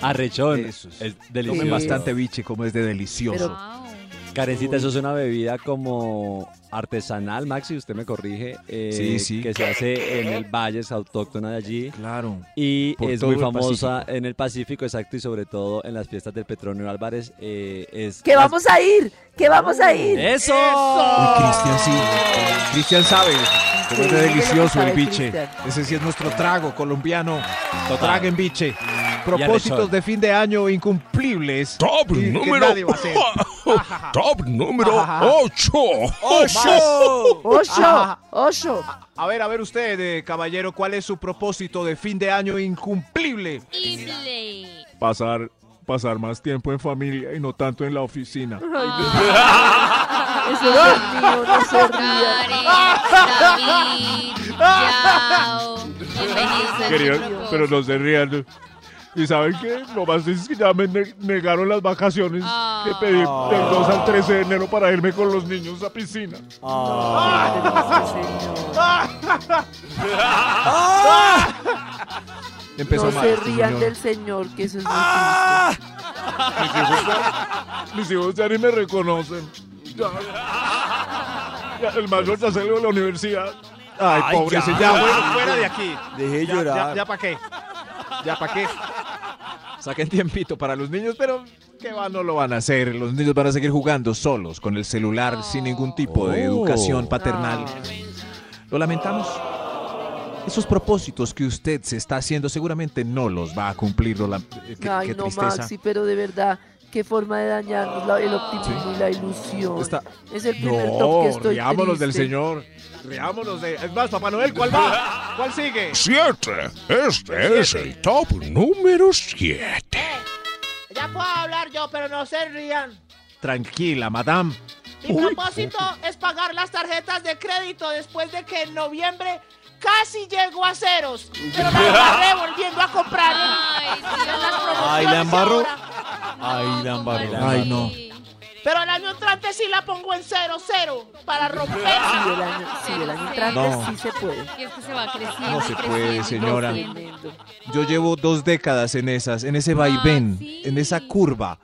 S8: Arrechón.
S5: Eso sí.
S8: Es delicioso.
S5: Comen bastante biche, como es de delicioso.
S8: Karencita, eso es una bebida como artesanal, Maxi, usted me corrige. eh,
S5: Sí, sí.
S8: Que se hace en el valle, es autóctona de allí.
S5: Claro.
S8: Y
S5: Por
S8: es
S5: todo
S8: muy
S5: el
S8: famosa en el Pacífico, exacto, y sobre todo en las fiestas del Petronio Álvarez. eh, es
S7: ¡Que vamos a ir! ¡Que vamos a ir!
S8: ¡Eso!
S5: Uy, Cristian sí. Cristian sabe. Cómo es de
S7: Sí,
S5: delicioso
S7: sabe
S5: el biche.
S7: Cristian.
S5: Ese sí es nuestro trago colombiano.
S8: Total.
S5: Traguen biche. Propósitos
S8: arrechón.
S5: de fin de año incumplibles.
S6: Top
S5: y que
S6: número.
S5: nadie va a hacer.
S6: Top número
S5: Ajá.
S6: 8.
S5: ¡Ocho!
S7: ¡Ocho! ¡Ocho!
S5: A ver, a ver usted, eh, caballero, ¿cuál es su propósito de fin de año incumplible? Pasar, pasar más tiempo en familia y no tanto en la oficina.
S7: Eso es mío, no se rían.
S5: Quería- pero no se rían. ¿Y saben qué? Lo más triste es que ya me ne- negaron las vacaciones que pedí del
S6: Ah.
S5: 2 al 13 de enero para irme con los niños a piscina.
S6: Ah.
S5: (laughs) Ah.
S7: (laughs) No se
S6: este
S5: este
S7: rían del señor, que eso es muy
S10: ¡Ah!
S7: triste.
S5: Mis hijos, ya, mis hijos ya ni me reconocen. Ya, Ya, el mayor ya salió de la universidad. Ay,
S2: Ay,
S5: pobre,
S2: ya.
S5: ya. ya,
S6: Ah.
S5: bueno, fuera de aquí.
S2: Dejé
S5: Ya,
S2: llorar.
S5: ya, ya para qué. Ya para qué. Saquen tiempito para los niños, pero ¿qué va? No lo van a hacer. Los niños van a seguir jugando solos con el celular sin ningún tipo de
S8: Oh.
S5: educación paternal. Lo lamentamos. Esos propósitos que usted se está haciendo seguramente no los va a cumplir. Lo lam- eh, qué,
S7: Ay,
S5: qué
S7: no,
S5: tristeza.
S7: Maxi, pero de verdad, qué forma de dañarnos la- el optimismo y la ilusión.
S5: Está-
S7: Es el primer top que
S5: No,
S7: estoy
S5: riámonos del
S7: triste.
S5: Señor. Riámonos de. Es más, Papá Noel, ¿cuál va? ¿Cuál sigue?
S6: 7. Este es el top número 7.
S16: Eh, Ya puedo hablar yo, pero no se rían.
S5: Tranquila, madame.
S16: Mi propósito es pagar las tarjetas de crédito después de que en noviembre casi llegó a ceros. Pero la agarré volviendo a comprar.
S3: Ay,
S16: Eran las
S3: Dios.
S16: promociones
S2: Ay, la embarró.
S16: ahora.
S2: Ay, la embarró.
S5: Ay, no.
S16: Pero el año entrante sí la pongo en cero, cero, para romper.
S7: Sí, el año, sí, el año entrante
S5: No.
S7: sí se puede.
S3: Y es que se va creciendo.
S5: No se
S3: creciendo,
S2: Eh,
S5: puede, señora.
S3: creciendo.
S5: Yo llevo dos décadas en esas, en ese vaivén,
S3: sí.
S5: en esa curva.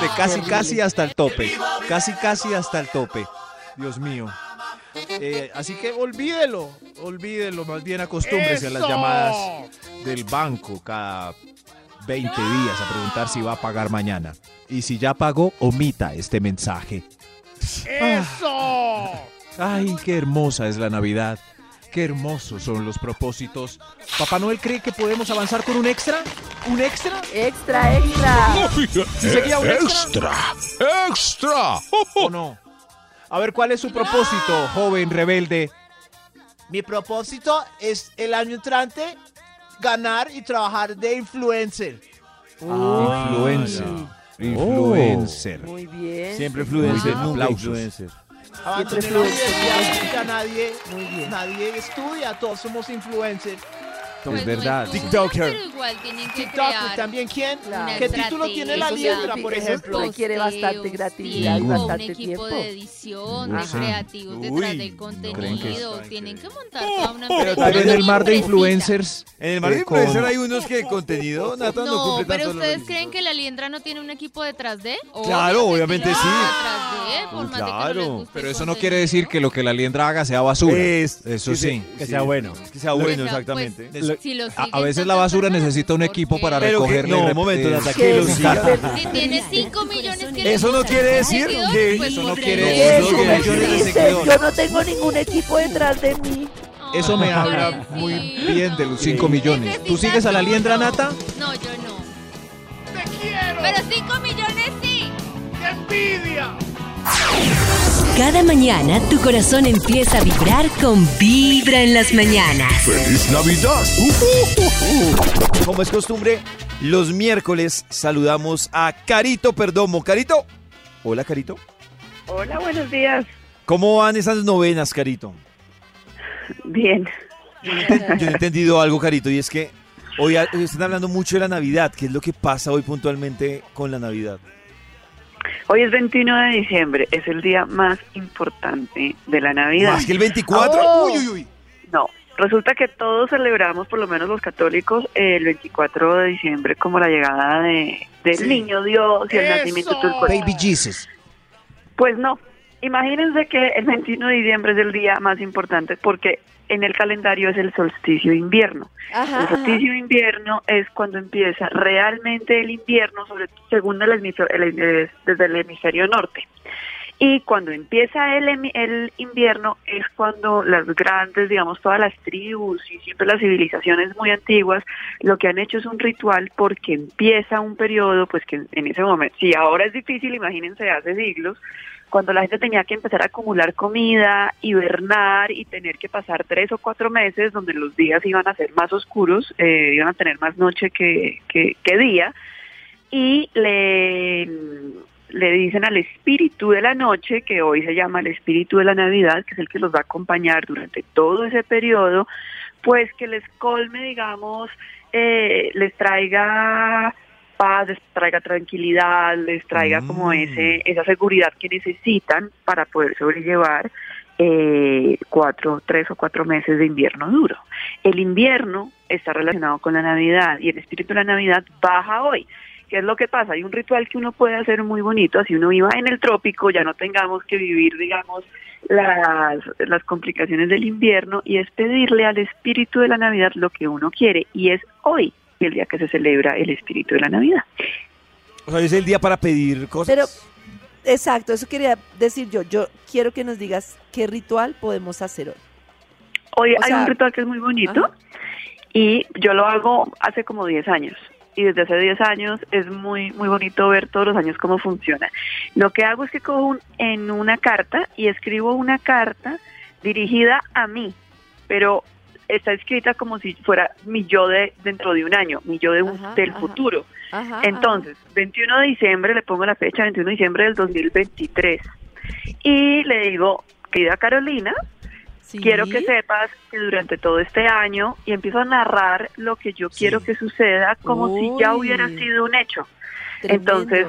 S5: De casi, casi hasta el tope. Casi, casi hasta el tope. Dios mío. Eh, así que olvídelo, olvídelo. Más bien acostúmbrese a las
S9: ¡Eso!
S5: llamadas del banco cada 20 días a preguntar si va a pagar mañana. Y si ya pagó, omita este mensaje. Ah,
S9: ¡Eso!
S5: Ay, qué hermosa es la Navidad. Qué hermosos son los propósitos. ¿Papá Noel cree que podemos avanzar con un extra? ¿Un extra?
S7: Extra, extra.
S5: sería un
S6: Extra. Extra.
S5: ¿O no? A ver, ¿cuál es su propósito, joven rebelde?
S10: Mi propósito es el año entrante ganar y trabajar de influencer.
S5: Ah, influencer. Influencer.
S7: Muy bien.
S2: Siempre influencer,
S5: bien,
S2: nunca
S5: aplausos.
S2: influencer.
S10: Abandoné la
S7: influencer.
S10: universidad, ya nadie,
S7: Muy bien.
S10: nadie estudia, todos somos influencers.
S3: Pues
S5: es
S3: no
S5: verdad.
S3: estudian,
S2: TikToker.
S3: Pero igual tienen que
S10: TikTok,
S3: crear
S10: también quién,
S7: Claro.
S10: qué título tiene la
S7: Eso sí,
S10: liendra,
S7: sí,
S10: por
S7: eso
S10: ejemplo.
S7: requiere bastante creatividad
S5: y
S3: tiempo,
S7: bastante
S3: un equipo
S7: tiempo.
S3: de edición, de
S5: Ajá.
S3: creativos
S2: Uy,
S3: detrás del
S5: creen que
S3: contenido. Tienen que montar toda una
S5: Pero
S3: empresa,
S5: tal vez
S3: una
S5: el mar de
S3: empresita.
S5: influencers.
S2: En el mar de
S5: eh, con-
S2: influencer hay unos que contenido, Nata, no,
S3: No,
S2: cumple
S3: pero
S2: tanto lo
S3: ustedes
S2: requisito.
S3: creen que la liendra no tiene un equipo detrás de?
S2: Claro, obviamente
S3: tiene
S2: sí.
S3: un equipo Detrás de, ¿eh? por
S2: Uy,
S3: más de que no
S2: claro.
S3: les guste
S5: Pero
S3: el
S5: eso no quiere decir que
S3: contenido.
S5: lo que la liendra haga sea basura.
S2: Es-
S5: Eso
S2: que
S5: sí.
S2: se-
S8: Que sea bueno.
S2: Que sea
S3: Pues,
S2: bueno,
S3: pues,
S2: exactamente.
S5: Des-
S3: si lo
S5: A, a
S3: siguen
S5: veces la
S3: tantas
S5: basura
S3: personas,
S5: necesita un
S3: ¿por
S5: equipo
S3: qué?
S5: para
S2: Pero que-
S5: recogerle.
S2: no,
S5: rep-
S2: momento,
S5: eh,
S2: Nata,
S7: Que
S2: que lo
S7: es
S2: siga.
S7: verdad.
S3: Si tiene 5 millones que le
S2: Eso no
S3: gustan
S2: quiere
S3: sus
S2: decir
S3: seguidores,
S2: que-
S3: pues
S5: Eso no
S3: monten
S5: quiere
S3: un
S5: decir
S7: Eso
S5: Dos
S7: me
S5: millones de
S7: dice,
S5: seguidores.
S7: yo no tengo ningún equipo detrás de mí.
S5: Eso me
S3: Ay,
S5: habla
S3: pobrecito.
S5: muy bien de los 5 millones. ¿Tú sigues a la liendra, Nata?
S3: No, yo no.
S16: ¡Te quiero!
S3: Pero 5 millones sí.
S16: ¡Qué envidia!
S1: Cada mañana tu corazón empieza a vibrar con Vibra en las mañanas.
S6: ¡Feliz Navidad!
S2: Como es costumbre, los miércoles saludamos a Carito Perdomo. Carito. Hola, Carito.
S15: Hola, buenos días.
S2: ¿Cómo van esas novenas, Carito?
S15: Bien.
S2: Yo he entendido algo, Carito, y es que hoy a- hoy están hablando mucho de la Navidad. ¿Qué es lo que pasa hoy puntualmente con la Navidad?
S15: Hoy es 21 de diciembre, es el día más importante de la Navidad.
S2: ¿Más que el 24?
S7: Oh.
S2: Uy, uy, uy.
S15: No, Resulta que todos celebramos, por lo menos los católicos, el 24 de diciembre como la llegada de, del
S16: Sí.
S15: niño Dios y el
S16: ¡Eso!
S15: nacimiento del cuerpo.
S5: Jesus.
S15: Pues no. Imagínense que el 21 de diciembre es el día más importante porque en el calendario es el solsticio de invierno.
S7: Ajá,
S15: el solsticio de invierno es cuando empieza realmente el invierno, sobre según el hemisfer- el- eh, desde el hemisferio norte. Y cuando empieza el, hemi- el invierno es cuando las grandes, digamos, todas las tribus y siempre las civilizaciones muy antiguas, lo que han hecho es un ritual porque empieza un periodo, pues que en- en ese momento, si ahora es difícil, imagínense hace siglos, cuando la gente tenía que empezar a acumular comida, hibernar y tener que pasar tres o cuatro meses donde los días iban a ser más oscuros, eh, iban a tener más noche que, que- que día, y le, le dicen al espíritu de la noche, que hoy se llama el espíritu de la Navidad, que es el que los va a acompañar durante todo ese periodo, pues que les colme, digamos, eh, les traiga paz, les traiga tranquilidad, les traiga como ese esa seguridad que necesitan para poder sobrellevar eh, cuatro, tres o cuatro meses de invierno duro. El invierno está relacionado con la Navidad y el espíritu de la Navidad baja hoy. ¿Qué es lo que pasa? Hay un ritual que uno puede hacer muy bonito, así uno viva en el trópico, ya no tengamos que vivir, digamos, las, las complicaciones del invierno y es pedirle al espíritu de la Navidad lo que uno quiere y es hoy el día que se celebra el espíritu de la Navidad.
S2: O sea, es el día para pedir cosas.
S7: Pero, exacto, eso quería decir yo. Yo quiero que nos digas qué ritual podemos hacer hoy.
S15: Hoy
S7: O
S15: hay
S7: sea,
S15: un ritual que es muy bonito y yo lo hago hace como 10 años. Y desde hace 10 años es muy muy bonito ver todos los años cómo funciona. Lo que hago es que cojo un- en una carta y escribo una carta dirigida a mí, pero está escrita como si fuera mi yo de dentro de un año, mi yo de un- del futuro.
S7: Ajá,
S15: Entonces, 21 de diciembre, le pongo la fecha, 21 de diciembre del 2023. Y le digo, querida Carolina, quiero que sepas que durante todo este año, y empiezo a narrar lo que yo quiero que suceda como si ya hubiera
S7: Uy.
S15: sido un hecho.
S7: Tremendo.
S15: Entonces,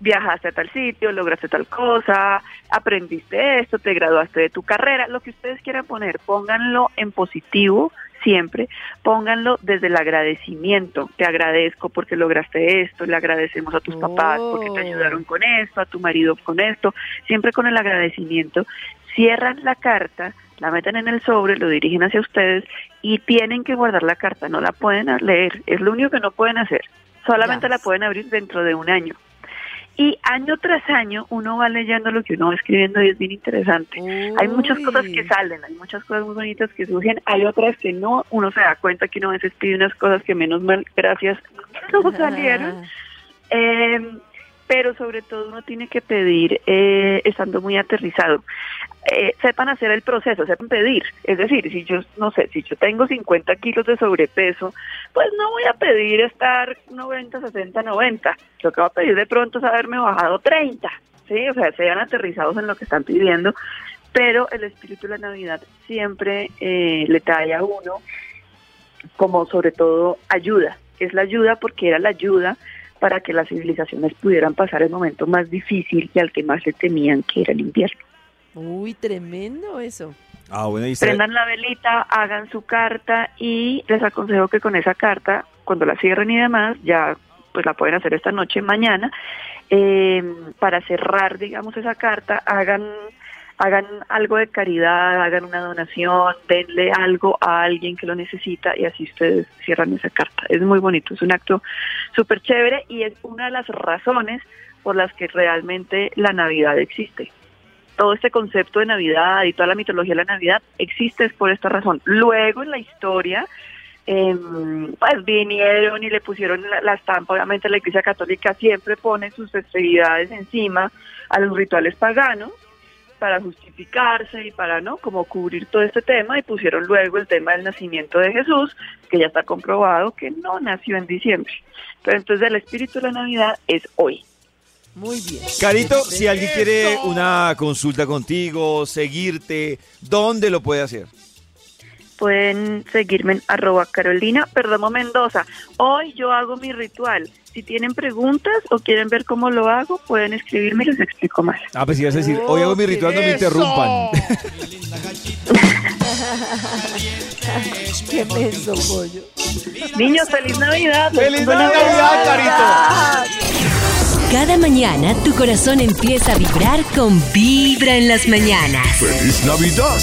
S15: viajaste a tal sitio, lograste tal cosa, aprendiste esto, te graduaste de tu carrera, lo que ustedes quieran poner, pónganlo en positivo siempre, pónganlo desde el agradecimiento, te agradezco porque lograste esto, le agradecemos a tus papás porque te ayudaron con esto, a tu marido con esto, siempre con el agradecimiento, cierran la carta, la meten en el sobre, lo dirigen hacia ustedes y tienen que guardar la carta, no la pueden leer, es lo único que no pueden hacer, solamente la pueden abrir dentro de un
S7: (laughs)
S15: año. (laughs) Y año tras año uno va leyendo lo que uno va escribiendo y es bien interesante. Hay muchas cosas que salen, hay muchas cosas muy bonitas que surgen, hay otras que no, uno se da cuenta que uno a veces pide unas cosas que menos mal, gracias, no
S7: Ah.
S15: salieron. Eh, pero sobre todo uno tiene que pedir eh, estando muy aterrizado. Eh, sepan hacer el proceso, sepan pedir. Es decir, si yo, no sé, si yo tengo 50 kilos de sobrepeso, pues no voy a pedir estar 90, 60, 90. Lo que voy a pedir de pronto es haberme bajado 30. ¿sí? O sea, sean aterrizados en lo que están pidiendo. Pero el espíritu de la Navidad siempre eh, le trae a uno como sobre todo ayuda. Es la ayuda porque era la ayuda para que las civilizaciones pudieran pasar el momento más difícil y al que más le temían, que era el invierno.
S7: Uy, tremendo eso.
S2: Ah, bueno, y está-
S15: Prendan la velita, hagan su carta y les aconsejo que con esa carta, cuando la cierren y demás, ya pues la pueden hacer esta noche, mañana, eh, para cerrar, digamos, esa carta, hagan hagan algo de caridad, hagan una donación, denle algo a alguien que lo necesita y así ustedes cierran esa carta. Es muy bonito, es un acto súper chévere y es una de las razones por las que realmente la Navidad existe. Todo este concepto de Navidad y toda la mitología de la Navidad existe es por esta razón. Luego en la historia, em, pues vinieron y le pusieron la, la estampa, obviamente la Iglesia Católica siempre pone sus festividades encima a los rituales paganos para justificarse y para no como cubrir todo este tema y pusieron luego el tema del nacimiento de Jesús que ya está comprobado que no nació en diciembre pero entonces el espíritu de la Navidad es hoy
S7: muy bien
S2: Carito, si alguien quiere una consulta contigo, seguirte, ¿dónde lo puede hacer?
S15: pueden seguirme en arroba carolina perdomo mendoza hoy yo hago mi ritual si tienen preguntas o quieren ver cómo lo hago pueden escribirme y les explico más Oh,
S4: (laughs)
S2: Ah, pues ibas a decir, hoy hago mi ritual, no me interrumpan.
S7: Qué menso pollo.
S15: Niños, feliz Navidad.
S7: ¡Feliz
S15: Navidad,
S1: Cada mañana tu corazón empieza a vibrar con Vibra en las mañanas.
S18: ¡Feliz Navidad!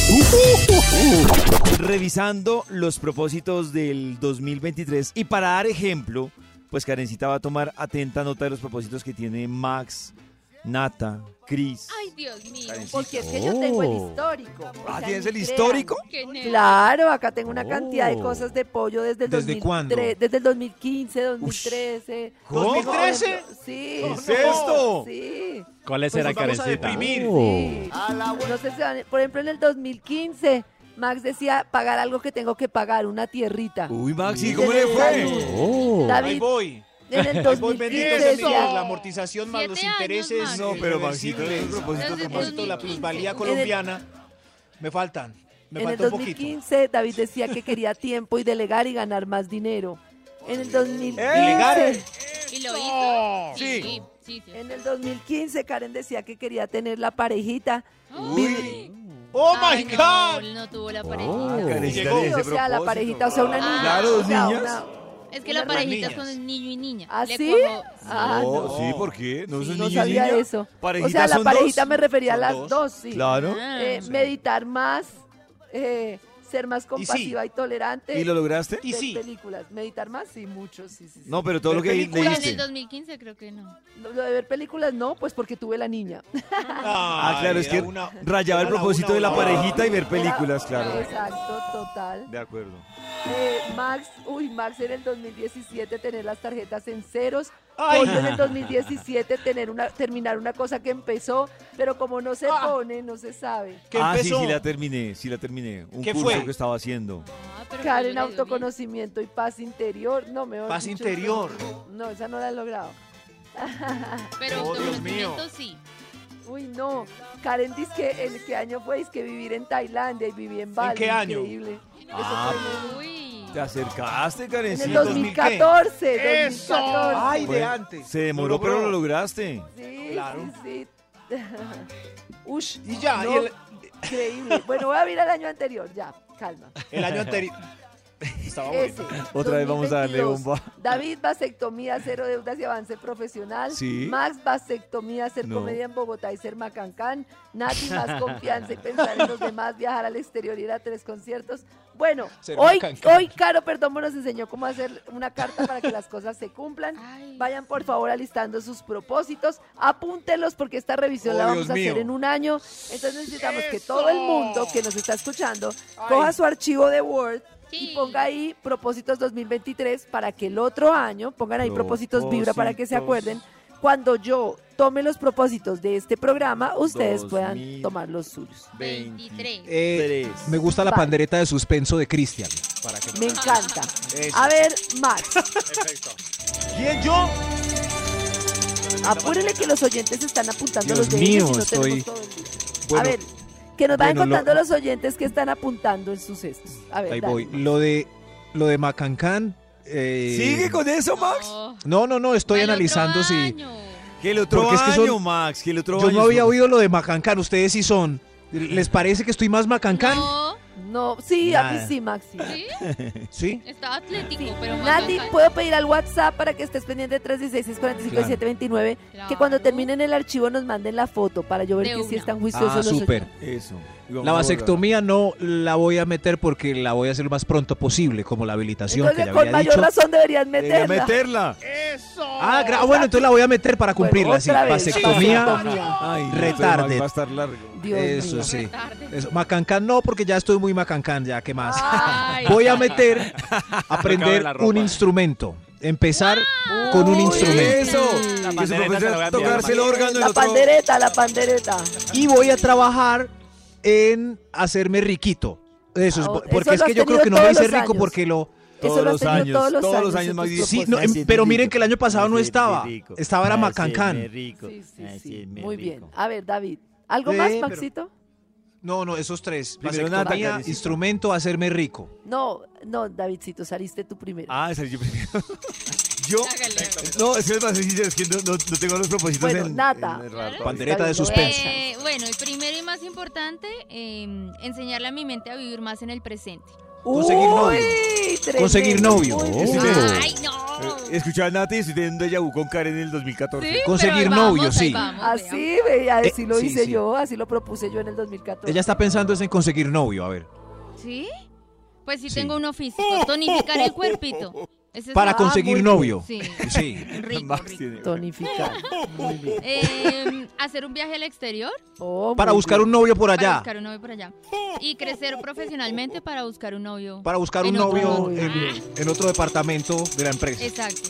S2: Revisando los propósitos del 2023 y para dar ejemplo, pues Karencita va a tomar atenta nota de los propósitos que tiene Max, Nata, Cris.
S3: Ay, Dios mío.
S7: Porque es que yo tengo el histórico. o
S2: Ah,
S7: sea,
S2: ¿tienes
S7: ni
S2: el
S7: crean.
S2: histórico?
S3: Qué nervio.
S7: Claro, acá tengo una
S2: Oh.
S7: cantidad de cosas de pollo desde el
S2: ¿Desde
S7: 2003,
S2: cuándo?
S7: Desde el 2015, 2013.
S2: ¿Cómo?
S7: ¿2013? Sí.
S2: ¿Qué es esto?
S7: Sí.
S8: ¿Cuáles
S7: Pues
S8: eran,
S7: nos vamos a
S8: Karencita?
S7: deprimir.
S8: Oh.
S7: No sé si van- por ejemplo, en el 2015, Max decía pagar algo que tengo que pagar, una tierrita.
S2: Uy, Max,
S7: Y
S2: ¿y cómo
S7: desde
S2: le
S7: el
S2: fue?
S7: salud.
S8: Oh.
S7: David,
S4: Ahí voy.
S7: en el
S4: Ahí voy, bendito
S7: 2015
S4: sea Dios, la
S7: decía,
S4: amortización más los
S3: Siete años,
S4: intereses.
S3: Max. No,
S2: pero Maxito,
S4: irreversibles,
S2: el propósito
S4: el
S3: que
S4: propósito de la
S3: más-
S4: plusvalía
S3: En el-
S4: colombiana. Me faltan. Me
S7: en el
S4: falta un poquito.
S7: 2015, David decía que quería tiempo y delegar y ganar más dinero. En el 2015,
S4: Delegar.
S3: ¿Y lo hizo?
S2: Sí.
S3: Sí, sí, sí.
S7: en el 2015 Karen decía que quería tener la parejita.
S4: Uy. Oh
S3: Ay,
S4: my
S3: no,
S4: God.
S3: él no tuvo la
S5: Oh.
S3: parejita.
S2: Ah, Karencita
S4: Llegó.
S2: tiene
S7: Sí,
S2: ese
S7: o sea, la
S2: propósito.
S7: parejita, o sea, una
S3: Ah.
S7: niña.
S2: Claro, dos
S7: o sea,
S2: niñas.
S7: una-
S3: Es que la
S7: Unas
S3: parejita es
S4: niñas.
S3: con el niño y niña.
S7: ¿Ah,
S3: Le
S7: sí?
S3: cuajó-
S7: Ah,
S2: Oh,
S7: no.
S2: Sí, ¿por qué? No, son
S7: No
S2: niño y
S7: sabía
S2: niña?
S7: eso. O
S2: Parejitas
S7: sea, la
S2: son dos.
S7: parejita me refería a
S4: Son
S7: las
S4: dos.
S7: dos, sí.
S2: Claro.
S3: Ah.
S7: Eh, Meditar más, eh, ser más compasiva y, tolerante.
S2: ¿Y lo lograste?
S4: Y
S7: Ver
S4: sí.
S7: películas. Meditar más, sí, mucho, sí, sí. sí.
S2: No, pero todo lo que
S4: Películas
S3: en el
S2: leíste.
S3: 2015 creo que no.
S7: Lo de ver películas no, pues porque tuve la niña.
S2: Ah, claro, es que rayaba el propósito de la parejita y ver películas, claro.
S7: Exacto, total.
S2: De acuerdo.
S7: Eh, Max, uy, Max en el 2017 tener las tarjetas en ceros.
S4: Ay.
S7: Pollo en el 2017 tener una, terminar una cosa que empezó, pero como no se
S4: Ah.
S7: pone, no se sabe.
S4: ¿Qué
S2: ah,
S4: empezó?
S2: sí, sí, la terminé, sí, la terminé. Un
S4: ¿Qué
S2: curso
S4: fue?
S2: que estaba haciendo.
S3: Ah, pero
S7: Karen,
S3: pues yo le digo bien.
S7: autoconocimiento y paz interior. No, mejor
S4: Paz
S7: dicho,
S4: interior.
S7: No, esa no la he logrado.
S3: (laughs) Pero
S4: Oh, Dios
S3: autoconocimiento
S4: mío.
S3: sí.
S7: Uy, no. Karen dice que el qué año fue, es que vivir en Tailandia y viví en Bali.
S4: qué año?
S7: Increíble. Eso
S2: Ah,
S7: fue
S3: Uy.
S2: Te acercaste,
S7: en el, en el
S2: Karencita.
S7: 2014.
S4: ¡Eso!
S7: 2014.
S4: ¡Ay, de
S2: Bueno,
S4: antes!
S2: Se demoró,
S4: Lo logró.
S2: pero lo
S5: (laughs)
S2: lograste.
S7: Sí,
S4: Claro.
S7: sí, sí. (laughs) Ush,
S4: Y ya,
S7: no,
S4: y el,
S7: increíble. Bueno, voy a ver al año anterior, ya, calma.
S4: (laughs) el
S7: (laughs)
S4: año anterior. Estaba
S7: Ese,
S4: bueno.
S2: Otra vez vamos a darle
S7: 2022.
S2: bomba.
S7: David, vasectomía, cero deudas y avance profesional.
S2: Sí.
S7: Max, vasectomía, hacer
S2: No.
S7: comedia en Bogotá y ser macancán.
S5: (laughs)
S7: Nati, más confianza y pensar en los demás, viajar al exterior, ir a tres conciertos. Bueno,
S5: Ser
S7: hoy,
S5: macancán.
S7: hoy Caro Perdomo nos enseñó cómo hacer una carta para que las cosas se cumplan.
S3: Ay.
S7: Vayan por favor alistando sus propósitos, apúntenlos porque esta revisión
S5: Oh,
S7: la vamos
S5: Dios
S7: a hacer
S5: mío.
S7: en un año. Entonces necesitamos que todo el mundo que nos está escuchando coja su archivo de Word y
S3: Sí.
S7: ponga ahí propósitos 2023 para que el otro año, pongan ahí propósitos vibra para que se acuerden,
S2: Propósitos.
S7: cuando yo tome los propósitos de este programa, ustedes
S2: Dos
S7: puedan
S2: mil.
S7: tomar los suyos.
S3: 23.
S5: Eh,
S2: Tres.
S5: me gusta la
S7: Vale.
S5: pandereta de suspenso de Cristian.
S7: Me encanta. A ver, Max,
S4: ¿Quién yo?
S7: apúrele que los oyentes están apuntando
S5: Dios
S7: los de ellos
S5: mío,
S7: y no tenemos
S5: estoy-
S7: todo el día.
S5: Bueno,
S7: a ver, que nos vayan
S5: bueno, lo-
S7: contando los oyentes que están apuntando en sus cestos. A ver,
S5: Ahí
S7: dale.
S5: voy. Lo de, lo de Macancán. eh,
S2: ¿Sigue con eso, Max?
S3: No,
S5: No, no, no, estoy
S3: al otro
S5: analizando si...
S3: año.
S2: Que el otro
S5: Porque es que
S2: año,
S5: son-
S2: Max, que el otro
S5: Yo
S2: año.
S5: no había
S2: son-
S5: oído lo de Macancán, ustedes sí son. ¿Les parece que estoy más Macancán?
S3: No,
S7: No, sí, a mí
S2: Nada.
S7: sí, Maxi.
S3: sí,
S7: (laughs)
S5: Sí.
S3: está atlético, pero más
S7: Nati,
S3: bacán.
S7: ¿puedo pedir al WhatsApp para que estés pendiente 316-645-729 que cuando
S3: Claro.
S7: terminen el archivo nos manden la foto para yo ver
S3: De
S7: que si
S3: una.
S7: están juiciosos
S5: Ah,
S7: los
S5: súper.
S7: oyentes.
S2: Eso. Y vamos
S5: La
S2: a
S5: vasectomía no la voy a meter porque la voy a hacer lo más pronto posible, como la habilitación
S7: Entonces,
S5: que ya
S7: con
S5: había
S7: mayor
S5: dicho.
S7: razón deberían
S2: borrar. Debería
S7: meterla.
S2: meterla.
S5: Eh, Ah, gra- bueno, entonces la voy a meter para cumplirla,
S7: Bueno,
S5: sí.
S7: otra vez,
S5: Vasectomía.
S7: vasectomía.
S2: Ay, no, pero
S5: Retarded.
S2: Max Va a estar largo.
S7: Dios
S5: Eso
S7: mío.
S5: sí.
S3: Tarde.
S5: Eso. Macancán no, porque ya estoy muy macancán, ya, ¿qué más?
S3: Ay,
S5: Voy a
S3: ay.
S5: meter, aprender
S8: la ropa.
S5: un instrumento. Empezar con un
S7: Uy,
S5: instrumento.
S2: Eso.
S3: La
S2: Que su
S8: pandereta se la voy a
S2: profesor
S8: enviar,
S2: tocarse el
S8: Max.
S2: órgano y el
S7: La
S2: otro.
S7: pandereta, la pandereta.
S5: Y voy a trabajar en hacerme riquito. Eso es,
S7: Ah, eso
S5: porque es
S7: lo
S5: que
S7: has
S5: yo creo
S7: tenido
S5: que no me
S7: todos
S5: hice
S7: los
S5: rico
S7: años.
S5: porque lo...
S7: Eso lo has
S2: Todos los
S7: tenido
S2: años,
S7: todos los
S2: todos
S7: años
S2: los años,
S7: en
S2: Max
S7: tus
S2: dice,
S5: Sí, no,
S7: propósitos.
S5: em, pero miren que el año pasado no estaba.
S2: rico.
S5: Estaba era
S2: Hacerme
S5: Macancán.
S2: rico,
S7: Sí, sí, sí.
S2: hacerme
S7: Muy bien.
S2: rico.
S7: A ver, David. ¿Algo
S5: Eh,
S7: más,
S5: pero-
S7: Maxito?
S5: No, no, esos tres.
S2: Primero
S5: Vasectomía,
S2: nada, Karencita.
S5: instrumento, hacerme rico.
S7: No, no, Davidcito, saliste tú primero.
S2: Ah, salí yo
S5: (laughs)
S2: primero. yo.
S3: Hágale, hágale.
S2: No, es que me pasa, sí, es que no, no- no tengo los propósitos
S7: Bueno,
S2: en.
S7: nata.
S2: en el radar todavía.
S5: Pandereta de
S7: Está bien, lo voy a
S5: suspenso.
S3: Eh, bueno, el primero y más importante, eh, enseñarle a mi mente a vivir más en el presente.
S2: Conseguir novio.
S4: Conseguir novio. Oh.
S3: Ay, no.
S2: Escuchaba Eh, a Nati, estoy teniendo déjà vu con Karen en el 2014.
S3: Sí, Conseguir pero ahí vamos, novio, ahí sí. vamos.
S7: Así, ve, así
S4: Eh,
S7: lo
S4: sí,
S7: hice
S4: sí.
S7: yo, así lo propuse yo en el 2014.
S4: Ella está pensando es en conseguir novio, a ver.
S3: ¿Sí? Pues sí, tengo uno físico. Tonificar el cuerpito. Ese es
S4: Para
S3: un-
S4: conseguir
S3: Ah, muy
S4: novio.
S3: bien. Sí. (laughs)
S4: (laughs) Sí.
S3: Rico,
S7: Tonificar. Muy bien.
S3: Eh, hacer un viaje al exterior.
S4: Para buscar un novio por
S3: Para
S4: allá.
S3: buscar un novio por allá. Y crecer profesionalmente para buscar un novio.
S4: Para buscar un
S3: en otro
S4: novio
S3: lugar.
S4: en, en otro departamento de la empresa.
S3: Exacto.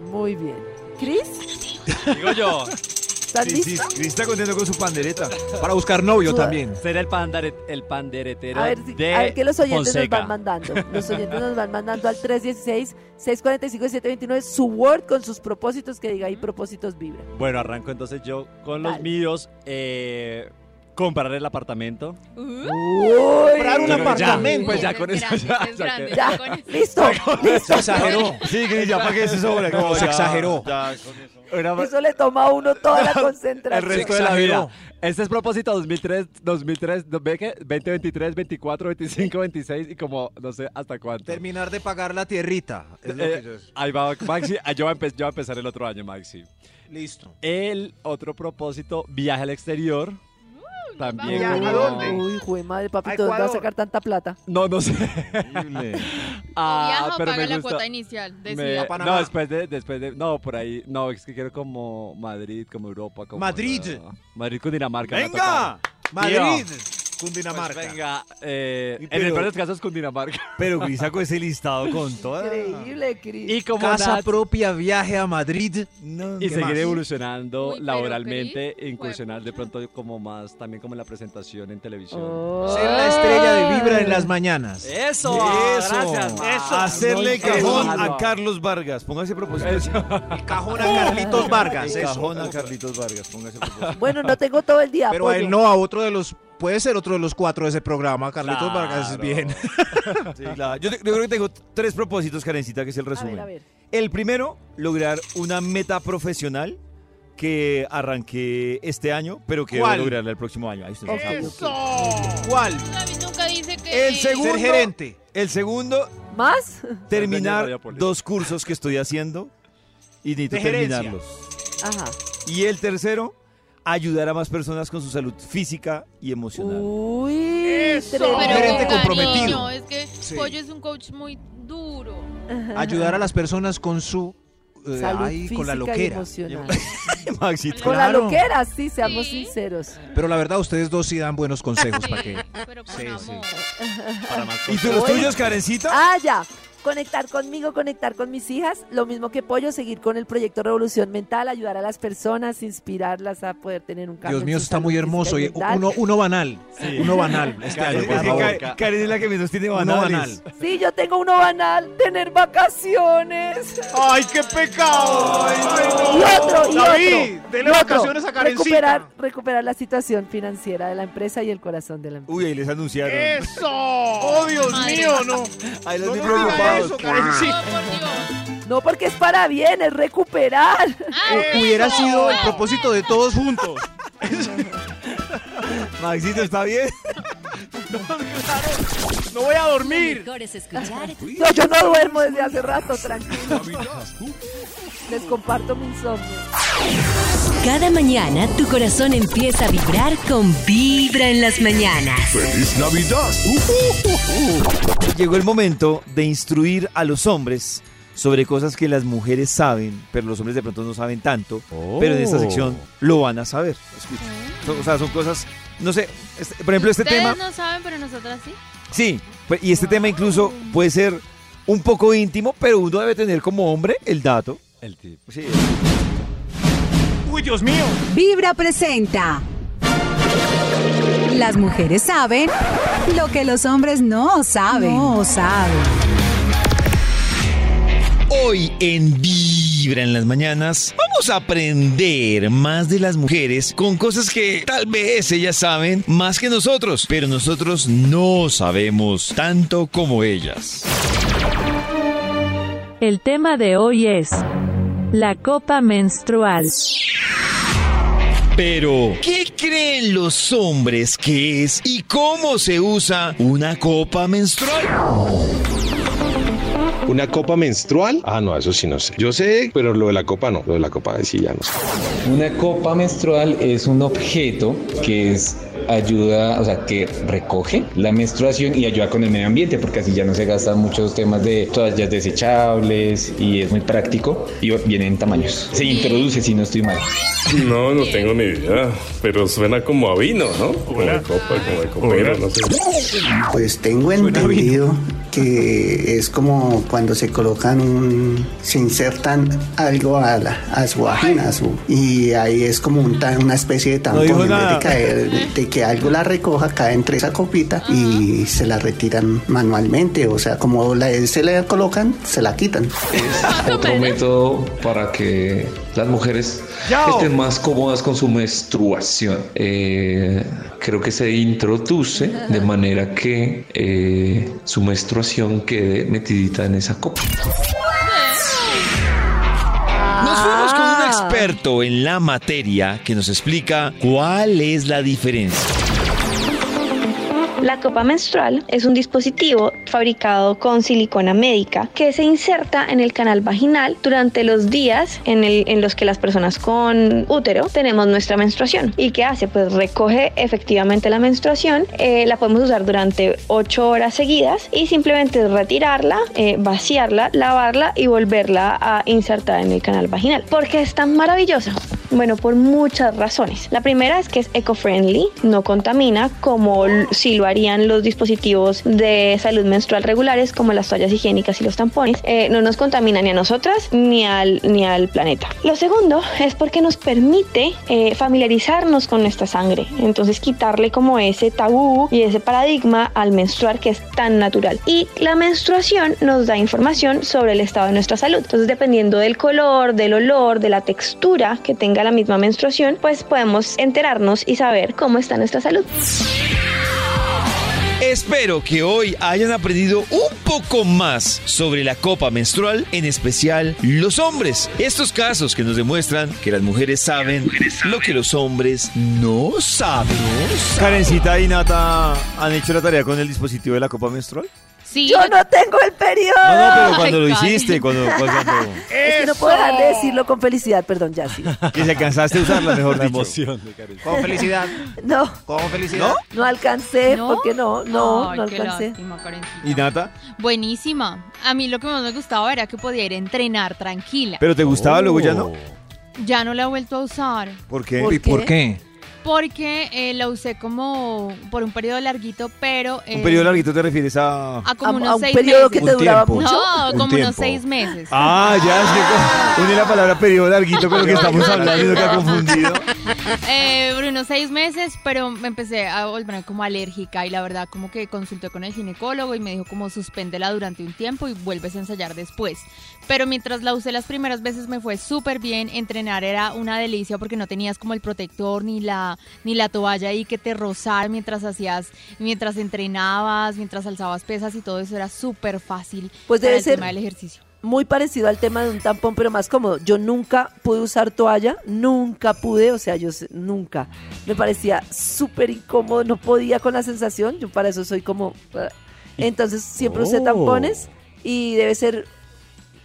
S7: Muy bien. ¿Cris?
S8: Digo yo.
S7: ¿Estás listo?
S2: Cris está contento con su pandereta.
S4: Para buscar novio
S7: Suda.
S4: también.
S8: Será el, pandaret, el panderetero
S7: A ver, si-
S8: de
S7: a ver qué los oyentes
S8: Fonseca.
S7: nos van mandando. Los
S8: (laughs)
S7: oyentes nos van mandando al 316-645-729 su Word con sus propósitos, que diga ahí propósitos
S3: (laughs)
S7: vibra.
S8: Bueno, arranco entonces yo con los
S7: Dale.
S8: míos. Eh, comprar el apartamento.
S7: Comprar
S8: un apartamento. pues ya con eso. ya, ya que-
S7: Ya,
S8: (laughs)
S7: listo, listo.
S4: Se exageró.
S2: Sí, Cris, ya para que se sobra.
S4: No, se exageró.
S2: Ya, con eso.
S8: Era-
S7: Eso le toma a uno toda la concentración.
S8: (laughs) el resto de la vida. Este es propósito 2003, 2003, ¿no ve que? 2023, 24, 25, 26 y como no sé hasta cuánto.
S4: Terminar de pagar la tierrita. Es lo
S8: Eh,
S4: que yo-
S8: ahí va Maxi, ah, yo voy, a empe- yo voy a empezar el otro año, Maxi.
S4: Listo.
S8: El otro propósito, viaje al exterior. También.
S7: Uy,
S8: como-
S5: ¿A dónde?
S7: Uy, jue madre,
S5: ¿A
S7: papito, ¿dónde va a
S5: Ecuador?
S7: sacar tanta plata?
S8: No, no sé.
S3: O (laughs)
S8: Ah,
S3: viaja o
S8: pero
S3: paga
S8: me
S3: la
S8: gusta.
S3: cuota inicial.
S8: Me-
S3: Decida.
S8: no, después de, después de, no, por ahí, no, es que quiero como Madrid, como Europa, como
S5: Madrid.
S8: no, Madrid con Dinamarca.
S2: ¡Venga!
S5: Madrid,
S8: Dinamarca.
S5: Cundinamarca.
S8: Pues venga, eh,
S2: Y
S8: en el
S2: pero-
S8: peor de los casos con Dinamarca.
S2: Pero Cris sacó ese listado con toda.
S7: Increíble, Cris.
S8: Y como
S4: Casa
S8: Nat,
S4: propia, viaje a Madrid.
S8: (laughs)
S2: No,
S8: y
S2: ¿qué
S8: seguir
S2: más?
S8: evolucionando
S3: Uy, pero
S8: laboralmente,
S3: Cris,
S8: incursionar de pronto como más, también como en la presentación en televisión.
S3: Oh.
S4: Ser la estrella de vibra en las mañanas.
S8: Eso,
S2: Eso.
S8: gracias. ma.
S2: Hacerle
S8: No,
S2: cajón
S8: eso,
S2: a
S8: no.
S2: Carlos Vargas. Póngase propósito.
S5: El cajón a Carlitos Vargas.
S2: El
S5: eso.
S2: cajón a Carlitos Vargas. Póngase propósito.
S7: Bueno, no tengo todo el día.
S4: Pero a
S7: apoyo.
S4: él no, a otro de los. Puede ser otro de los cuatro de ese programa. Carlitos
S8: Claro.
S4: Vargas es bien.
S2: (laughs) Sí, claro. yo, te- yo creo que tengo tres propósitos, Karencita, que es el
S7: A
S2: resumen.
S7: ver, a ver.
S2: El primero, lograr una meta profesional que arranqué este año, pero que voy a
S4: ¿Cuál?
S2: lograrla el próximo año. Ahí ustedes saben.
S4: ¿Cuál?
S3: David nunca dice que.
S2: El segundo,
S4: Ser gerente.
S2: el segundo
S7: ¿Más?
S8: Dueño de
S2: terminar
S8: Radiopolis.
S2: dos cursos que estoy haciendo y necesito
S5: De gerencia.
S2: terminarlos.
S7: Ajá.
S2: Y el tercero, ayudar a más personas con su salud física y emocional.
S7: Uy,
S3: Pero
S7: tremendo.
S4: Gerente
S3: con
S4: comprometido.
S3: cariño, es que Pollo es un coach muy duro.
S4: Ayudar a las personas con su. eh,
S7: Salud
S4: ay,
S7: física
S4: con la
S7: y
S4: loquera.
S7: emocional.
S2: Maxito.
S7: Con la
S4: Claro.
S7: loquera, sí, seamos
S3: Sí.
S7: sinceros.
S4: Pero la verdad, ustedes dos sí dan buenos consejos para
S3: Sí,
S4: que.
S3: pero con
S4: Sí,
S3: amor.
S2: ¿Y tú los
S7: Oye.
S2: tuyos, Karencita?
S7: Ah, ya. Conectar conmigo, conectar con mis hijas, lo mismo que Pollo, seguir con el proyecto Revolución Mental, ayudar a las personas, inspirarlas a poder tener un cambio.
S4: Dios
S7: en
S4: mío,
S7: su
S4: eso está
S7: salud
S4: muy
S7: física
S4: hermoso.
S7: y
S4: Oye,
S7: mental.
S4: uno, uno banal.
S8: Sí.
S4: Uno banal. Este año,
S2: Es
S4: por
S2: que
S4: favor.
S2: Ka- Karen es la que menos tiene banales.
S4: banal.
S7: Sí, yo tengo uno banal, tener vacaciones.
S5: ¡Ay, qué pecado! ¡Ay,
S7: Y otro, y
S5: David,
S7: otro.
S5: dele
S7: y otro.
S5: vacaciones a Karencita.
S7: Recuperar, recuperar la situación financiera de la empresa y el corazón de la empresa.
S2: Uy, ahí les anunciaron.
S5: ¡Eso! ¡Oh, Dios
S3: Madre.
S5: mío, no!
S2: Ahí los
S5: No
S2: vi
S5: nos diga
S2: preocupados.
S5: eso, Karencita.
S3: Oh, por Dios.
S7: No, porque es para bien, es recuperar.
S3: Ah,
S4: Hubiera
S3: eso.
S4: sido el propósito de todos juntos.
S2: Maxito, ¿está bien?
S5: ¡No voy a
S1: Lo
S5: dormir!
S1: mejor es escuchar
S7: No, yo no duermo desde hace rato, tranquilo. Les comparto mi insomnio.
S1: Cada mañana tu corazón empieza a vibrar con Vibra en las mañanas.
S6: ¡Feliz Navidad!
S2: Llegó el momento de instruir a los hombres sobre cosas que las mujeres saben, pero los hombres de pronto no saben tanto. Pero en esta sección lo van a saber. Escuchen. Son- O sea, son cosas, no sé, este- por ejemplo, este
S3: Ustedes
S2: tema,
S3: no saben, pero nosotras sí.
S2: sí, pues, y este tema incluso puede ser un poco íntimo, pero uno debe tener como hombre el dato.
S8: El tip.
S2: Sí.
S5: ¡Uy, Dios mío!
S1: Vibra presenta. Las mujeres saben lo que los hombres no saben. No saben.
S2: Hoy en Vibra en las mañanas vamos a aprender más de las mujeres con cosas que tal vez ellas saben más que nosotros, pero nosotros no sabemos tanto como ellas.
S19: El tema de hoy es la copa menstrual. Pero, ¿qué creen los hombres que es y cómo se usa una copa menstrual?
S20: ¿Una copa menstrual? Ah, no, eso sí no sé. Yo sé, pero lo de la copa no. Lo de la copa sí ya no sé.
S21: Una copa menstrual es un objeto que es ayuda, o sea, que recoge la menstruación y ayuda con el medio ambiente, porque así ya no se gastan muchos temas de toallas desechables y es muy práctico y viene en tamaños. Se introduce, si no estoy mal.
S22: No, no tengo ni idea, pero suena como a vino, ¿no? Como de copa, como de copero, no sé.
S23: Pues tengo entendido que es como cuando se colocan un, se insertan algo a, la, a su vagina, a su- y ahí es como un tan- una especie de tampón
S2: dijo
S23: en vez
S2: nada.
S23: de, caer- de que algo la recoja, cae entre esa copita y se la retiran manualmente, o sea, como la, se la colocan, se la quitan.
S21: Otro método para que las mujeres
S23: Yao.
S21: estén más cómodas con su menstruación. Eh, creo que se introduce de manera que eh, su menstruación quede metidita en esa copa.
S19: Nos fuimos con un experto en la materia que nos explica cuál es la diferencia.
S24: La copa menstrual es un dispositivo fabricado con silicona médica que se inserta en el canal vaginal durante los días en, el- en los que las personas con útero tenemos nuestra menstruación. ¿Y qué hace? Pues recoge efectivamente la menstruación, eh, la podemos usar durante 8 horas seguidas y simplemente retirarla, eh, vaciarla, lavarla y volverla a insertar en el canal vaginal. ¿Por qué es tan maravillosa? Bueno, por muchas razones. La primera es que es eco-friendly, no contamina como l- si lo harían los dispositivos de salud menstrual regulares como las toallas higiénicas y los tampones. Eh, no nos contamina ni a nosotras ni al, ni al planeta. Lo segundo es porque nos permite eh, familiarizarnos con nuestra sangre. Entonces quitarle como ese tabú y ese paradigma al menstruar que es tan natural. Y la menstruación nos da información sobre el estado de nuestra salud. Entonces dependiendo del color, del olor, de la textura que tenga la misma menstruación, pues podemos enterarnos y saber cómo está nuestra salud.
S19: Espero que hoy hayan aprendido un poco más sobre la copa menstrual, en especial los hombres. Estos casos que nos demuestran que las mujeres saben lo que los hombres no saben.
S2: Karencita y Nata han hecho la tarea con el dispositivo de la copa menstrual.
S7: Yo no tengo el periodo.
S2: No, no, pero cuando lo hiciste, cuando, cuando
S7: Es que no puedo dejar de decirlo con felicidad, perdón, ya sí.
S2: que se alcanzaste a usarla,
S4: (laughs)
S2: mejor dicho. emoción
S10: Con felicidad.
S7: (laughs) No.
S10: Con felicidad.
S7: No alcancé,
S3: ¿No?
S7: porque no, no,
S3: Ay,
S7: no
S3: qué
S7: alcancé.
S3: lástima, Karencita.
S2: ¿Y Nata?
S3: Buenísima. A mí lo que más me gustaba era que podía ir a entrenar tranquila. Oh.
S2: ¿Pero te gustaba?
S3: Uh.
S2: Luego ya no.
S3: Ya no la he vuelto a usar.
S2: ¿Por qué?
S3: ¿Por
S4: ¿Y por qué?
S3: Porque eh, la usé como por un periodo larguito, pero... eh,
S2: ¿Un periodo larguito te refieres a...?
S3: A como
S7: ¿A-
S3: unos
S7: a un
S3: seis
S7: periodo
S3: meses.
S7: que te Un duraba tiempo. mucho?
S3: No,
S2: Un
S3: como unos
S2: tiempo.
S3: seis meses.
S2: Ah, ya, es
S3: Ah.
S2: que une la palabra periodo larguito con lo que estamos hablando y lo que ha confundido.
S3: (laughs) Eh, por unos seis meses, pero me empecé a volver como alérgica y la verdad como que consulté con el ginecólogo y me dijo como suspéndela durante un tiempo y vuelves a ensayar después. Pero mientras la usé las primeras veces me fue súper bien, entrenar era una delicia porque no tenías como el protector ni la, ni la toalla ahí que te rozar mientras hacías, mientras entrenabas, mientras alzabas pesas y todo eso era súper fácil
S7: Pues
S3: para
S7: debe
S3: el
S7: ser
S3: tema del ejercicio.
S7: muy parecido al tema de un tampón, pero más cómodo. Yo nunca pude usar toalla, nunca pude, o sea, yo sé- nunca. Me parecía súper incómodo, no podía con la sensación, yo para eso soy como... "Ah". Entonces siempre usé
S8: Oh.
S7: tampones y debe ser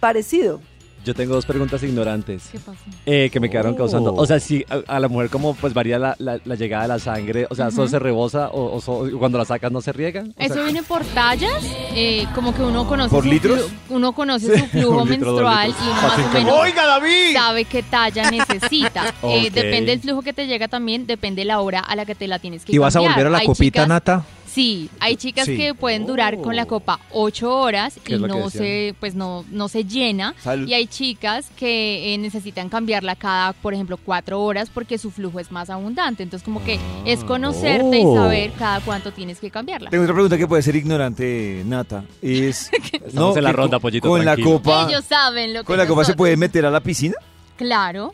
S7: parecido.
S8: Yo tengo dos preguntas ignorantes.
S7: ¿Qué pasó?
S8: eh, que me quedaron
S7: Oh.
S8: causando. O sea, si a, a la mujer como pues varía la, la- la llegada de la sangre, o sea, solo
S3: Ujú.
S8: se rebosa o, o so- cuando la sacas no se riega. O
S3: Eso
S8: sea,
S3: viene por tallas, eh, como que uno conoce
S8: ¿Por
S3: su
S8: litros?
S3: flu- uno
S4: (laughs)
S3: conoce su flujo
S8: Un litro, dos
S3: menstrual
S8: litros.
S3: y uno
S8: Ah,
S3: más
S8: sí,
S3: o
S8: claro.
S3: menos
S8: ¡Oiga,
S3: sabe qué
S4: (laughs)
S3: talla necesita. Eh,
S4: Ok.
S3: depende del flujo que te llega también, depende la hora a la que te la tienes que
S4: ¿Y vas a
S3: cambiar.
S4: volver a la
S3: Hay
S4: copita,
S3: chicas-
S4: Nata?
S3: Sí, hay chicas
S4: Sí.
S3: que pueden durar con
S2: Oh.
S3: la copa ocho horas
S4: ¿Qué
S3: y
S4: es lo que
S3: no
S4: decían?
S3: se, pues no, no se llena.
S4: Salud.
S3: Y hay chicas que eh, necesitan cambiarla cada, por ejemplo, cuatro horas porque su flujo es más abundante. Entonces, como que
S4: Ah.
S3: es conocerte
S2: oh.
S3: y saber cada cuánto tienes que cambiarla.
S2: Tengo otra pregunta que puede ser ignorante, Nata.
S3: (laughs)
S2: Es,
S8: Estamos en la
S2: que
S8: ronda,
S2: con-
S8: pollito,
S2: Con
S8: tranquilo.
S2: la copa,
S3: Ellos saben lo que
S2: con la copa se
S3: nosotros-
S2: puede meter a la piscina.
S3: Claro,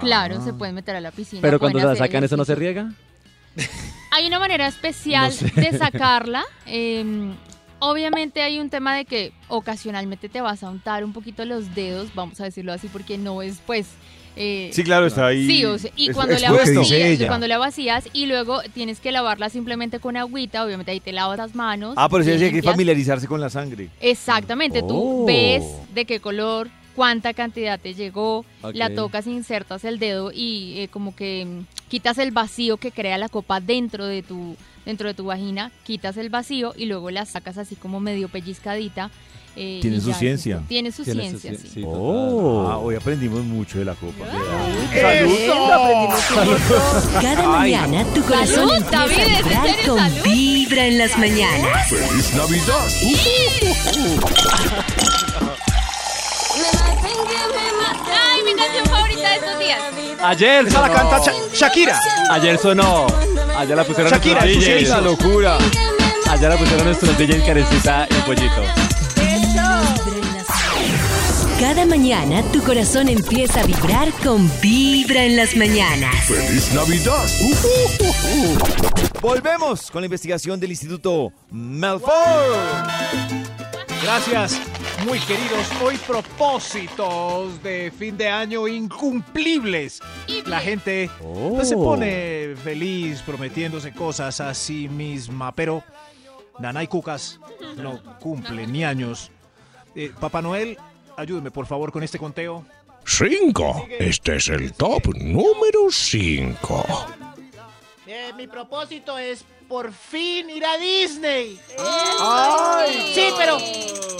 S3: claro,
S2: Ah.
S3: se pueden meter a la piscina.
S8: Pero
S3: pueden
S8: cuando la
S3: hacer
S8: sacan, ¿eso no se
S3: ejercicio.
S8: riega?
S3: Hay una manera especial
S8: No sé.
S3: de sacarla. eh, obviamente hay un tema de que ocasionalmente te vas a untar un poquito los dedos, vamos a decirlo así, porque no es pues eh,
S2: Sí, claro, está ahí.
S3: Sí, o sea, y
S2: es-
S3: cuando la,
S2: expuesto.
S3: vacías, cuando la vacías y luego tienes que lavarla simplemente con agüita, obviamente ahí te lavas las manos.
S2: Ah,
S3: te
S2: pero sí decía que
S3: limpias.
S2: familiarizarse con la sangre.
S3: Exactamente,
S2: Oh.
S3: tú ves de qué color, cuánta cantidad te llegó,
S2: Ok.
S3: la tocas, insertas el dedo y eh, como que mm, quitas el vacío que crea la copa dentro de tu dentro de tu vagina, quitas el vacío y luego la sacas así como medio pellizcadita. eh,
S2: Tiene
S3: y
S2: su
S3: ya,
S2: ciencia.
S3: Tiene su ciencia, sí.
S2: Oh. Ah, hoy aprendimos mucho de la copa.
S16: ¡Eso!
S1: Cada mañana tu corazón
S16: ¡Salud,
S1: empieza
S16: David!
S1: a
S16: ¿Es en
S1: vibrar
S16: serio?
S1: con
S16: ¡Salud!
S1: vibra en las mañanas.
S6: ¡Feliz Navidad!
S3: Ay, mi canción favorita de estos días.
S8: Ayer
S5: Esa la
S8: sonó.
S5: canta Sha- Shakira.
S8: Ayer sonó. Ayer la pusieron
S5: Shakira,
S8: nuestros
S5: es
S8: DJs.
S5: una
S8: locura. Ayer la pusieron nuestros DJs Carecita y Pollito.
S1: Cada mañana tu corazón empieza a vibrar con vibra en las mañanas.
S6: ¡Feliz Navidad!
S2: Volvemos con la investigación del Instituto Melford.
S5: Gracias, muy queridos. Hoy propósitos de fin de año incumplibles. La gente pues, se pone feliz prometiéndose cosas a sí misma, pero Nanay Cucas no cumple ni años. Eh, Papá Noel, ayúdeme por favor con este conteo.
S6: 5. Este es el top número 5.
S25: Eh, mi propósito es por fin ir a Disney.
S16: ¡Ay!
S25: Sí, pero,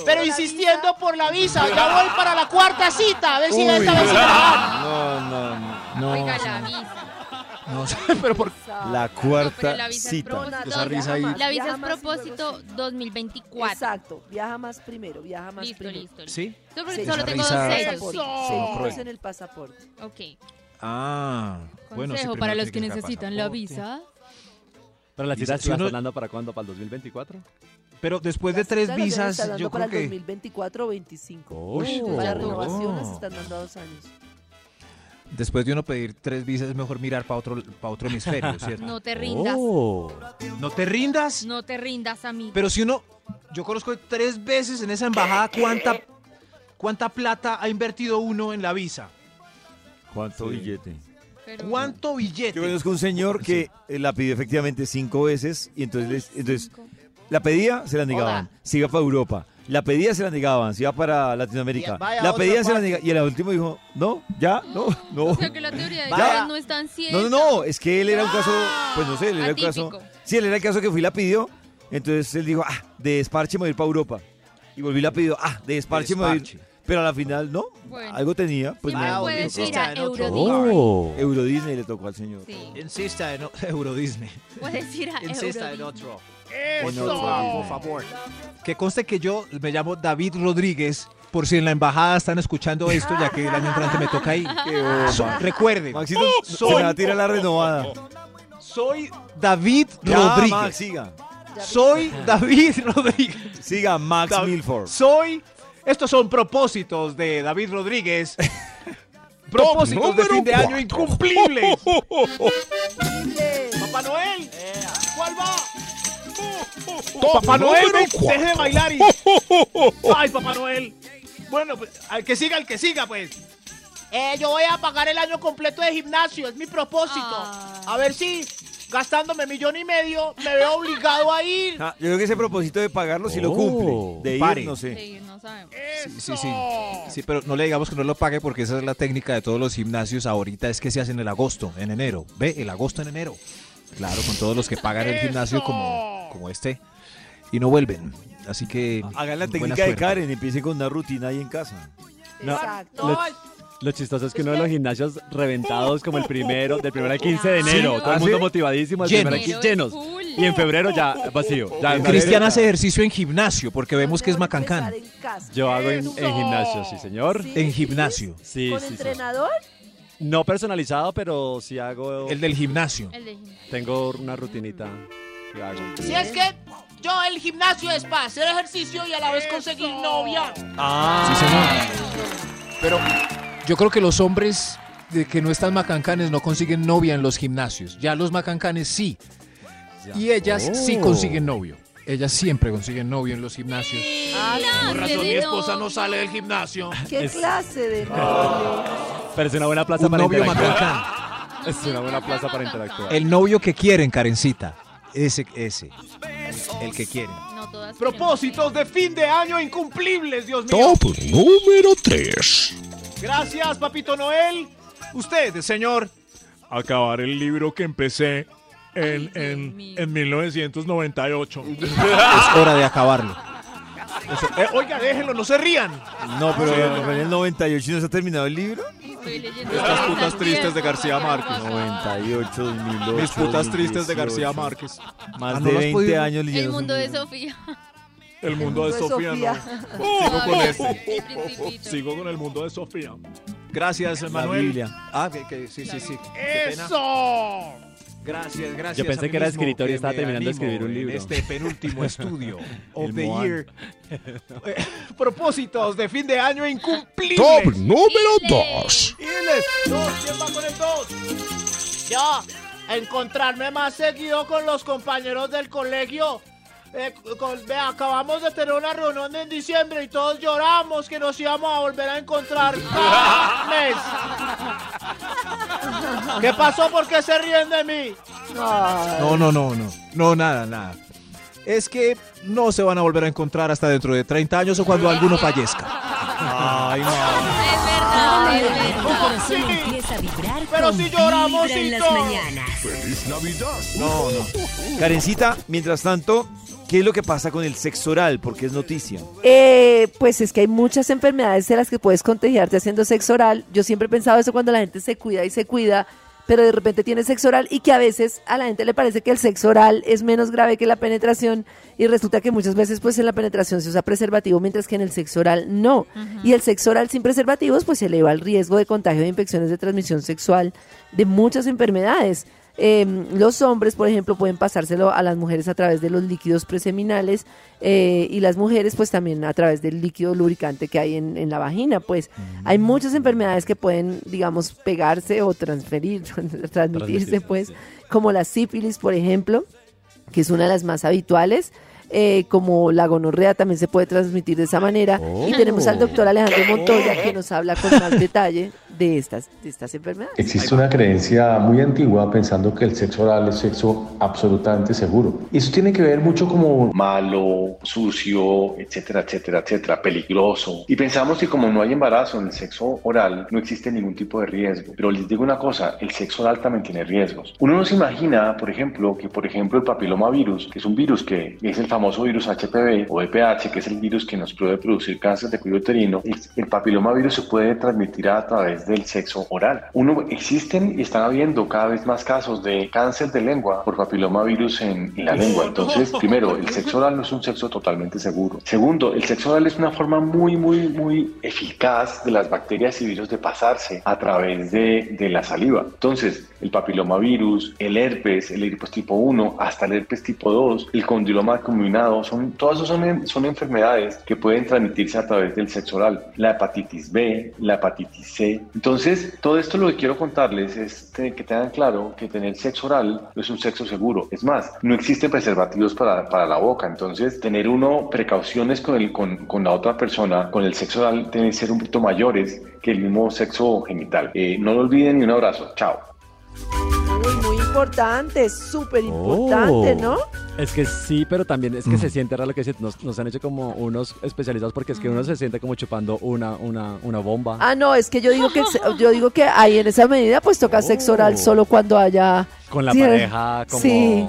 S25: pero insistiendo por la visa. Ya voy para la cuarta cita. A ver si
S16: Uy.
S25: esta vez. sí me la
S2: No, no, no.
S25: dan.
S5: No sé, pero por
S2: La
S3: Pero
S2: cuarta
S3: la visa
S2: cita.
S3: es propósito. La visa es propósito 2024.
S7: Exacto, viaja más primero, viaja más
S3: Listo,
S7: primero.
S3: listo,
S5: ¿Sí?
S3: Solo-
S7: Sellitos
S3: solo tengo
S5: Esa
S3: dos
S5: risa-
S3: sellos.
S5: Eso.
S7: sellitos en el pasaporte.
S3: Ok.
S5: Ah, bueno, sí,
S3: Consejo
S5: primero
S3: para los
S5: tiene
S3: que
S5: sacar
S3: necesitan la
S5: pasaporte.
S3: visa.
S8: Pero la
S5: Dice,
S8: cita
S5: si
S8: se va
S5: uno-
S8: sonando para cuándo, para el 2024.
S5: Pero después de tres
S7: Las citas las
S5: visas,
S7: están dando
S5: yo
S7: para
S5: creo que...
S7: el 2024 o 25.
S5: Uy,
S7: Las
S5: oh.
S7: renovaciones están dando a dos años.
S5: Después de uno pedir tres visas, es mejor mirar para otro, pa' otro
S3: (laughs)
S5: hemisferio, ¿cierto?
S3: No te rindas.
S2: Oh.
S5: ¿No te rindas?
S3: No te rindas a mí.
S5: Pero si uno, yo conozco tres veces en esa embajada cuánta, cuánta plata ha invertido uno en la visa.
S2: ¿Cuánto billete?
S5: ¿Cuánto billete?
S2: Yo conozco un señor que eh, la pidió efectivamente cinco veces y entonces, les- entonces la pedía, se la negaban. Se iba para Europa. La pedía, se la negaban. Se iba para Latinoamérica.
S3: Y vaya
S2: La
S3: otra
S2: pedía, se la
S3: parte.
S2: negaban. Y el último dijo, no, ya, no, no.
S3: O sea que la teoría de
S2: Vaya.
S3: Dios no es tan cierta.
S2: No, no, no, es que él era un caso, pues no sé, él era un
S3: Atípico.
S2: caso. Sí, él era el caso que fui y la pidió. Entonces él dijo, ah, de desparche me voy a ir para Europa. Y volví y la pidió, ah, de desparche me voy a ir. Pero a la final, no,
S5: Bueno.
S2: algo tenía. (laughs) Pues
S5: Siempre
S2: no,
S5: puedes
S2: no.
S5: ir a
S2: No.
S5: Eurodisney.
S2: Oh. Euro Disney le tocó al señor.
S5: Insista en (laughs) o- Euro Disney.
S3: Puedes ir a
S5: Insista en
S3: Eurodisney.
S5: otro.
S3: Eso.
S5: Otro, por favor. Que conste que yo me llamo David Rodríguez, por si en la embajada están escuchando esto, ya que el año entrante me
S2: (laughs)
S5: toca ahí. So-
S4: Ah.
S5: recuerden,
S2: Maxito, se
S5: soy,
S2: la tira la renovada.
S5: soy David
S2: Ya,
S5: Rodríguez.
S2: Max, siga.
S5: Soy David (laughs) Rodríguez.
S2: Siga Max Milford.
S5: Soy. Estos son propósitos de
S2: (laughs)
S5: David Rodríguez. propósitos de
S6: número
S5: fin de año
S6: cuatro.
S5: incumplibles.
S25: ¡Papá Noel! ¿Cuál va?
S5: Papá Noel,
S25: número
S5: ven, deje de
S25: cuatro.
S5: bailar (laughs) y. Ay, Papá Noel. Bueno, pues, al que siga, al que siga, pues.
S25: Eh, yo voy a pagar el año completo de gimnasio, es mi propósito. A ver si gastándome millón y medio me veo obligado a ir.
S2: Ah, yo creo que ese propósito de pagarlo si lo cumple. De ir,
S5: Pare.
S2: no sé.
S5: Sí, sí, sí. Sí, pero no le digamos que no lo pague porque esa es la técnica de todos los gimnasios ahorita, es que se hacen el agosto, en enero. Ve, el agosto en enero. Claro, con todos los que pagan el gimnasio como, como este y no vuelven. Así que.
S2: Hagan la
S5: buena
S2: técnica de
S5: suerte.
S2: Karen, empiece con una rutina ahí en casa.
S8: Exacto. Lo, lo chistoso es que uno de los gimnasios reventados como el primero, del primero al 15 de
S5: Sí.
S8: enero, todo
S5: ¿Ah,
S8: el mundo
S5: sí?
S8: motivadísimo, el
S5: Llenos.
S8: primero al 15, llenos. Y en febrero ya vacío. ya en
S5: Cristian
S8: febrero
S5: hace ejercicio en gimnasio porque vemos que es macancán.
S8: ya- Yo hago en, en gimnasio, sí, señor.
S5: En gimnasio.
S8: Sí,
S7: ¿Con
S8: sí, sí.
S7: entrenador?
S8: No personalizado, pero sí hago.
S5: El del gimnasio.
S7: El del
S8: Tengo una rutinita que hago.
S25: Si es que yo el gimnasio es para hacer ejercicio y a la vez conseguir novia.
S8: Ah,
S5: Sí, señor. Pero yo creo que los hombres de que no están macancanes no consiguen novia en los gimnasios. Ya los macancanes sí. Y ellas sí
S9: Oh.
S5: consiguen novio. Ellas siempre consiguen novio en los gimnasios.
S25: Por
S7: clase
S25: razón, mi
S7: de
S25: esposa no sale del gimnasio.
S7: ¿Qué clase de
S5: Ah.
S8: Pero es una buena plaza
S4: Un
S8: para
S4: novio
S8: interactuar. (laughs) Es una buena plaza para interactuar.
S4: El novio que quieren, Karencita. Ese, ese. El que quieren.
S9: Propósitos de fin de año incumplibles, Dios mío.
S6: Top número 3.
S9: Gracias, papito Noel. Usted, señor.
S26: Acabar el libro que empecé en, en, en 1998.
S4: Es hora de acabarlo.
S9: Eh, oiga, déjenlo, no se rían.
S2: No, pero en el 98 no se ha terminado el libro.
S5: Estas putas tristes de García Márquez.
S2: 98, 2008.
S5: Mis putas tristes de García
S2: 2018.
S5: Márquez.
S2: Más
S5: Ah, no
S2: de
S5: las
S2: 20
S5: podido-
S2: años
S3: El
S2: leyendo.
S3: mundo de Sofía.
S26: El mundo de
S3: Pues
S26: Sofía. no. Sigo
S5: Uh.
S26: con este. Sigo con el mundo de Sofía.
S5: Gracias, Manuel. Ah, que, que- sí, sí, sí.
S26: Eh.
S5: Qué pena.
S9: ¡Eso!
S5: Gracias, gracias.
S8: Yo pensé
S5: a mí
S8: que era
S5: mismo
S8: escritor y
S5: que
S8: estaba
S5: me
S8: terminando de
S5: animo
S8: escribir un libro.
S5: En este
S4: (laughs)
S5: penúltimo estudio of
S8: El
S5: the
S8: Moan.
S5: year.
S9: Propósitos de fin de año incumplibles.
S6: Top número 2.
S9: Iles, dos, ¿quién va con el dos? Ya, encontrarme más seguido con los compañeros del colegio. Eh, con- vea, acabamos de tener una reunión en diciembre y todos lloramos que nos íbamos a volver a encontrar cada mes. ¿Qué pasó? ¿Por qué se ríen de mí?
S4: No, no, no, no. No, nada, nada. Es que no se van a volver a encontrar hasta dentro de 30 años o cuando alguno fallezca. Ay,
S1: Tu corazón empieza a vibrar
S16: Pero
S1: con
S16: si lloramos y
S1: vibra en las
S16: todo.
S1: mañanas.
S6: Feliz Navidad.
S2: No, no. Karencita, mientras tanto, ¿qué es lo que pasa con el sexo oral? Porque es noticia.
S7: Eh, pues es que hay muchas enfermedades de las que puedes contagiarte haciendo sexo oral. Yo siempre he pensado eso cuando la gente se cuida y se cuida, pero de repente tiene sexo oral y que a veces a la gente le parece que el sexo oral es menos grave que la penetración y resulta que muchas veces pues en la penetración se usa preservativo mientras que en el sexo oral no. Y el sexo oral sin preservativos pues eleva el riesgo de contagio de infecciones de transmisión sexual de muchas enfermedades. Eh, los hombres, por ejemplo, pueden pasárselo a las mujeres a través de los líquidos preseminales eh, y las mujeres, pues también a través del líquido lubricante que hay en, en la vagina. Pues hay muchas enfermedades que pueden, digamos, pegarse o transferir, (laughs) transmitirse,
S27: Transmitirse,
S7: pues, como la sífilis, por ejemplo que es una de las más habituales. eh, como la gonorrea también se puede transmitir de esa manera. Y tenemos al doctor Alejandro Montoya que nos habla con más detalle de estas, de estas enfermedades.
S17: Existe una creencia muy antigua pensando que el sexo oral es sexo absolutamente seguro. Y eso tiene que ver mucho como malo, sucio, etcétera, etcétera, etcétera, peligroso. Y pensamos que como no hay embarazo en el sexo oral, no existe ningún tipo de riesgo. Pero les digo una cosa, el sexo oral también tiene riesgos. Uno no se imagina, por ejemplo, que por ejemplo el papilomavirus, que es un virus que es el famoso virus HPV o VPH, que es el virus que nos puede producir cáncer de cuello uterino, el- el papilomavirus se puede transmitir a través del sexo oral. Uno existen y están habiendo cada vez más casos de cáncer de lengua por papilomavirus en, en la lengua. Entonces, primero, el sexo oral no es un sexo totalmente seguro. Segundo, el sexo oral es una forma muy, muy, muy eficaz de las bacterias y virus de pasarse a través de, de la saliva. Entonces, el papilomavirus, el herpes, el herpes tipo 1, hasta el herpes tipo 2, el condiloma combinado, son, todas esas son, en- son enfermedades que pueden transmitirse a través del sexo oral. La hepatitis B, la hepatitis C. Entonces, todo esto lo que quiero contarles es te- que tengan claro que tener sexo oral no es un sexo seguro. Es más, no existen preservativos para, para la boca. Entonces, tener uno precauciones con, el, con, con la otra persona, con el sexo oral, tienen que ser un poquito mayores que el mismo sexo genital. Eh, no lo olviden y un abrazo. Chao.
S7: Muy, muy importante, súper importante,
S8: Oh.
S7: ¿no?
S8: Es que sí, pero también es
S5: Mm.
S8: que se siente raro lo que se- nos, nos han hecho como unos especializados porque es que uno se siente como chupando una, una, una bomba.
S7: Ah, no, es que yo digo que el se- yo digo que ahí en esa medida pues toca sexo oral solo cuando haya
S8: Con la
S7: sí,
S8: pareja como...
S7: Sí.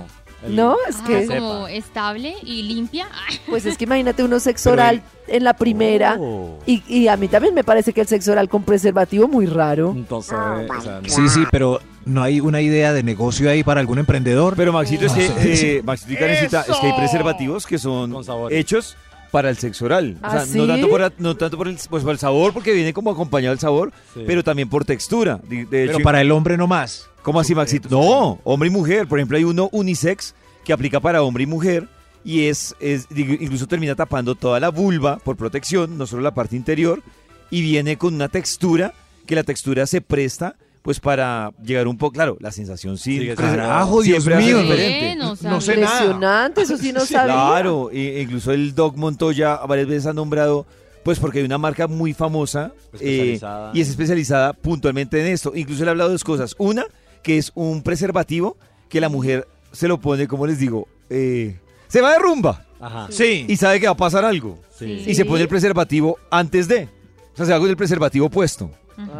S7: No, es
S3: Ah,
S7: que
S3: como estable y limpia.
S7: Pues
S3: (laughs)
S7: es que imagínate uno sexo oral en la primera y, y a mí también me parece que el sexo oral con preservativo muy raro.
S8: Entonces, o
S5: Pues,
S8: sea, no.
S4: Sí, sí, pero no hay una idea de negocio ahí para algún emprendedor.
S2: Pero Maxito, es
S4: No
S2: que,
S4: sé.
S2: eh, Maxito y Karencita, es que hay preservativos que son hechos para el sexo oral.
S4: ¿Ah,
S2: o sea,
S4: sí?
S2: no tanto, por, no tanto por el, pues, por el sabor, porque viene como acompañado el sabor,
S4: Sí.
S2: pero también por textura. De- de
S4: Pero
S2: hecho-
S4: para el hombre no más.
S2: ¿Cómo así, Maxito? No, hombre y mujer. Por ejemplo, hay uno unisex que aplica para hombre y mujer y es, es digo, incluso termina tapando toda la vulva por protección, no solo la parte interior, y viene con una textura que la textura se presta pues para llegar un poco, claro, la sensación sí.
S4: Sigue
S2: presa-
S4: siendo- Carajo, Dios
S2: siempre va a ser
S4: mío.
S2: diferente.
S3: Bien, o sea,
S2: (laughs)
S7: Impresionante, eso sí no sabía.
S2: Claro, e- incluso el Doc Montoya varias veces ha nombrado Pues porque hay una marca muy famosa
S8: Especializada.
S2: eh, y es especializada puntualmente en esto. Incluso le he hablado de dos cosas. Una, que es un preservativo que la mujer se lo pone, como les digo, eh, se va de rumba.
S8: Ajá.
S2: Sí. Y sabe que va a pasar algo.
S8: Ah, Sí.
S2: Y se pone el preservativo antes de. O sea, se va con el preservativo puesto.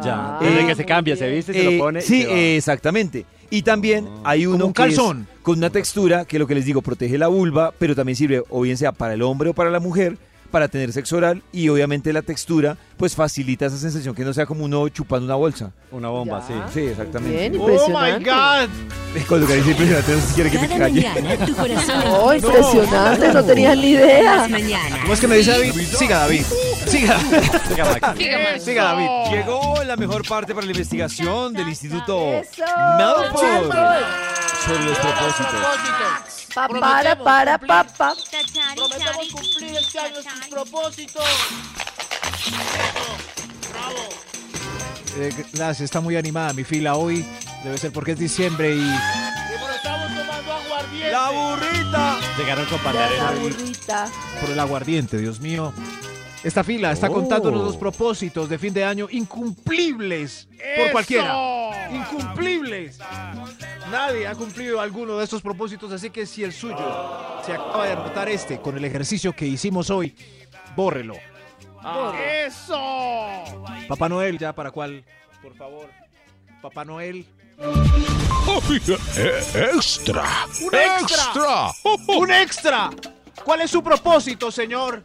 S8: Ya.
S7: Ah.
S2: Eh,
S8: Desde que se cambia, se viste, se
S2: eh,
S8: lo pone. y
S2: Sí,
S8: se va.
S2: eh, exactamente. Y también hay uno
S8: un
S2: que es
S8: calzón.
S2: con una textura que lo que les digo protege la vulva, pero también sirve o bien sea para el hombre o para la mujer para tener sexo oral y obviamente la textura pues facilita esa sensación que no sea como uno chupando una bolsa.
S8: Una bomba, sí.
S2: Sí, exactamente.
S7: Bien,
S4: pues
S2: (laughs) oh my
S7: impresionante.
S2: god. Cuando Karen dice impresionante, no sé si quiere que me
S1: Cada
S2: calle.
S1: mañana tu corazón.
S7: (laughs) Oh, impresionante, no tenías ni idea.
S1: Las mañanas.
S5: ¿Cómo es que me dice David? Siga, David. (laughs) Siga.
S2: (laughs) Siga, Max.
S5: Siga, Max.
S2: Siga, David.
S5: Eso.
S2: Llegó la mejor parte para la investigación del Instituto
S7: Eso.
S2: Melbourne
S7: Melbourne.
S2: sobre los propósitos.
S7: Pa, para, para, pa, pa.
S9: Prometemos cumplir este año sus propósitos.
S5: Eh, gracias, está muy animada mi fila hoy. Debe ser porque es diciembre y.
S9: Pero estamos tomando aguardiente.
S2: ¡La burrita!
S8: Llegaron con
S7: La
S8: panadero.
S7: burrita.
S5: por el aguardiente, Dios mío. Esta fila está
S8: Oh.
S5: contándonos los propósitos de fin de año incumplibles por
S9: ¡Eso!
S5: cualquiera. Incumplibles. Nadie ha cumplido alguno de estos propósitos, así que si el suyo se acaba de anotar este con el ejercicio que hicimos hoy, bórrelo.
S9: ¡Eso!
S5: Papá Noel, ya para cuál, por favor. Papá Noel.
S6: Eh, ¡Extra!
S5: ¡Un e- extra! ¡Un extra! ¿Cuál es su propósito, señor?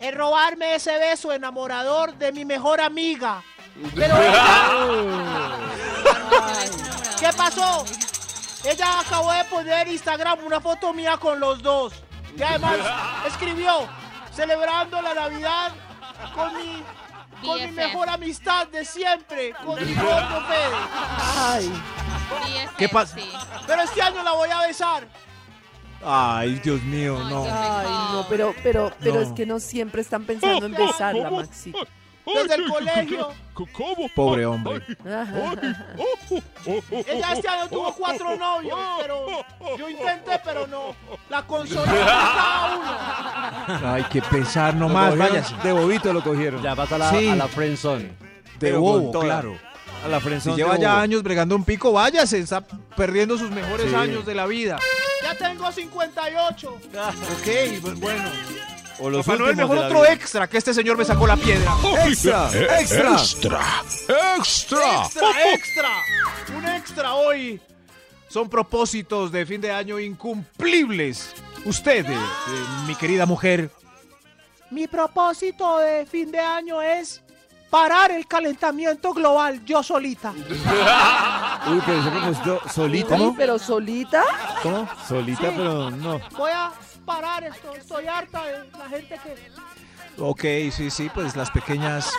S9: Es robarme ese beso enamorador de mi mejor amiga. Pero (laughs) ¿Qué pasó? Ella acabó de poner en Instagram una foto mía con los dos. Y además escribió, celebrando la Navidad con mi, con mi
S3: BFF.
S9: mejor amistad de siempre, con mi gordo Fede.
S7: Ay.
S5: ¿Qué pasa?
S9: Pero este año la voy a besar.
S5: Ay, Dios mío, no.
S7: Ay, no, pero, pero, pero
S5: No.
S7: es que no siempre están pensando en besarla, Maxi.
S9: Desde el colegio.
S5: Pobre hombre.
S7: Ajá.
S5: oh,
S9: Ella este año tuvo cuatro novios, pero yo intenté, pero no. La
S5: (laughs)
S9: consolé con cada uno.
S5: (laughs) Ay, qué pesar nomás. Váyase.
S2: De bobito lo cogieron.
S8: Ya vas a la,
S5: Sí.
S8: a la friendzone.
S5: De
S2: Pero con
S5: bobo,
S2: toda.
S5: claro.
S2: A la
S5: Si
S2: frenzón
S5: lleva
S2: de
S5: ya
S2: bobo.
S5: años bregando un pico, váyase. Está perdiendo sus mejores
S2: Sí.
S5: años de la vida.
S9: Ya tengo 58.
S5: Ok, pues bueno.
S2: O los
S5: Papá Noel,
S2: últimos
S5: mejor
S2: de la
S5: otro
S2: vida.
S5: extra, que este señor me sacó la (laughs) piedra.
S2: Extra,
S6: Eh,
S2: extra.
S6: ¡Extra! ¡Extra!
S5: Extra, extra. Un extra hoy. Son propósitos de fin de año incumplibles. Usted, eh, eh, mi querida mujer,
S9: Mi propósito de fin de año es parar el calentamiento global yo solita.
S2: Uy, pero ese propósito solita.
S7: Uy, pero solita.
S2: ¿Cómo? Solita,
S9: Sí.
S2: pero no.
S9: Voy a parar esto. Estoy harta de la gente que.
S5: Ok, sí, sí, pues las pequeñas.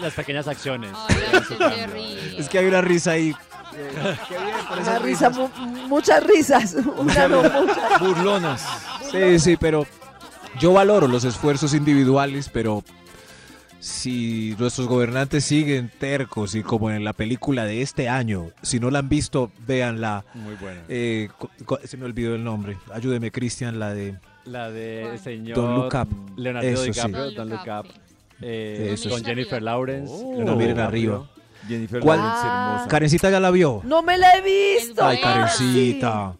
S8: Las pequeñas acciones.
S5: Es que hay una risa ahí.
S7: Una risa, mu- muchas risas. (laughs) Una no, muchas.
S2: Burlonas.
S5: Sí, sí, pero yo valoro los esfuerzos individuales, pero si nuestros gobernantes siguen tercos y como en la película de este año, si no la han visto, véanla.
S8: Muy buena.
S5: Eh, cu- cu- se me olvidó el nombre. Ayúdeme, Cristian, la de
S8: La de el señor
S5: Don't Look Up.
S8: Leonardo
S5: Eso sí.
S8: DiCaprio,
S3: Don't
S8: Don
S3: Look
S8: Look Up. eh,
S5: Eso
S8: con
S5: sí.
S8: Jennifer Lawrence.
S5: No
S8: Leonardo
S5: miren
S8: DiCaprio.
S5: arriba.
S2: Jennifer
S5: ¿Cuál?
S2: Lawrence, hermosa.
S5: Karencita ya la vio.
S7: No me la he visto.
S5: Ay,
S7: ahora sí.
S5: Karencita.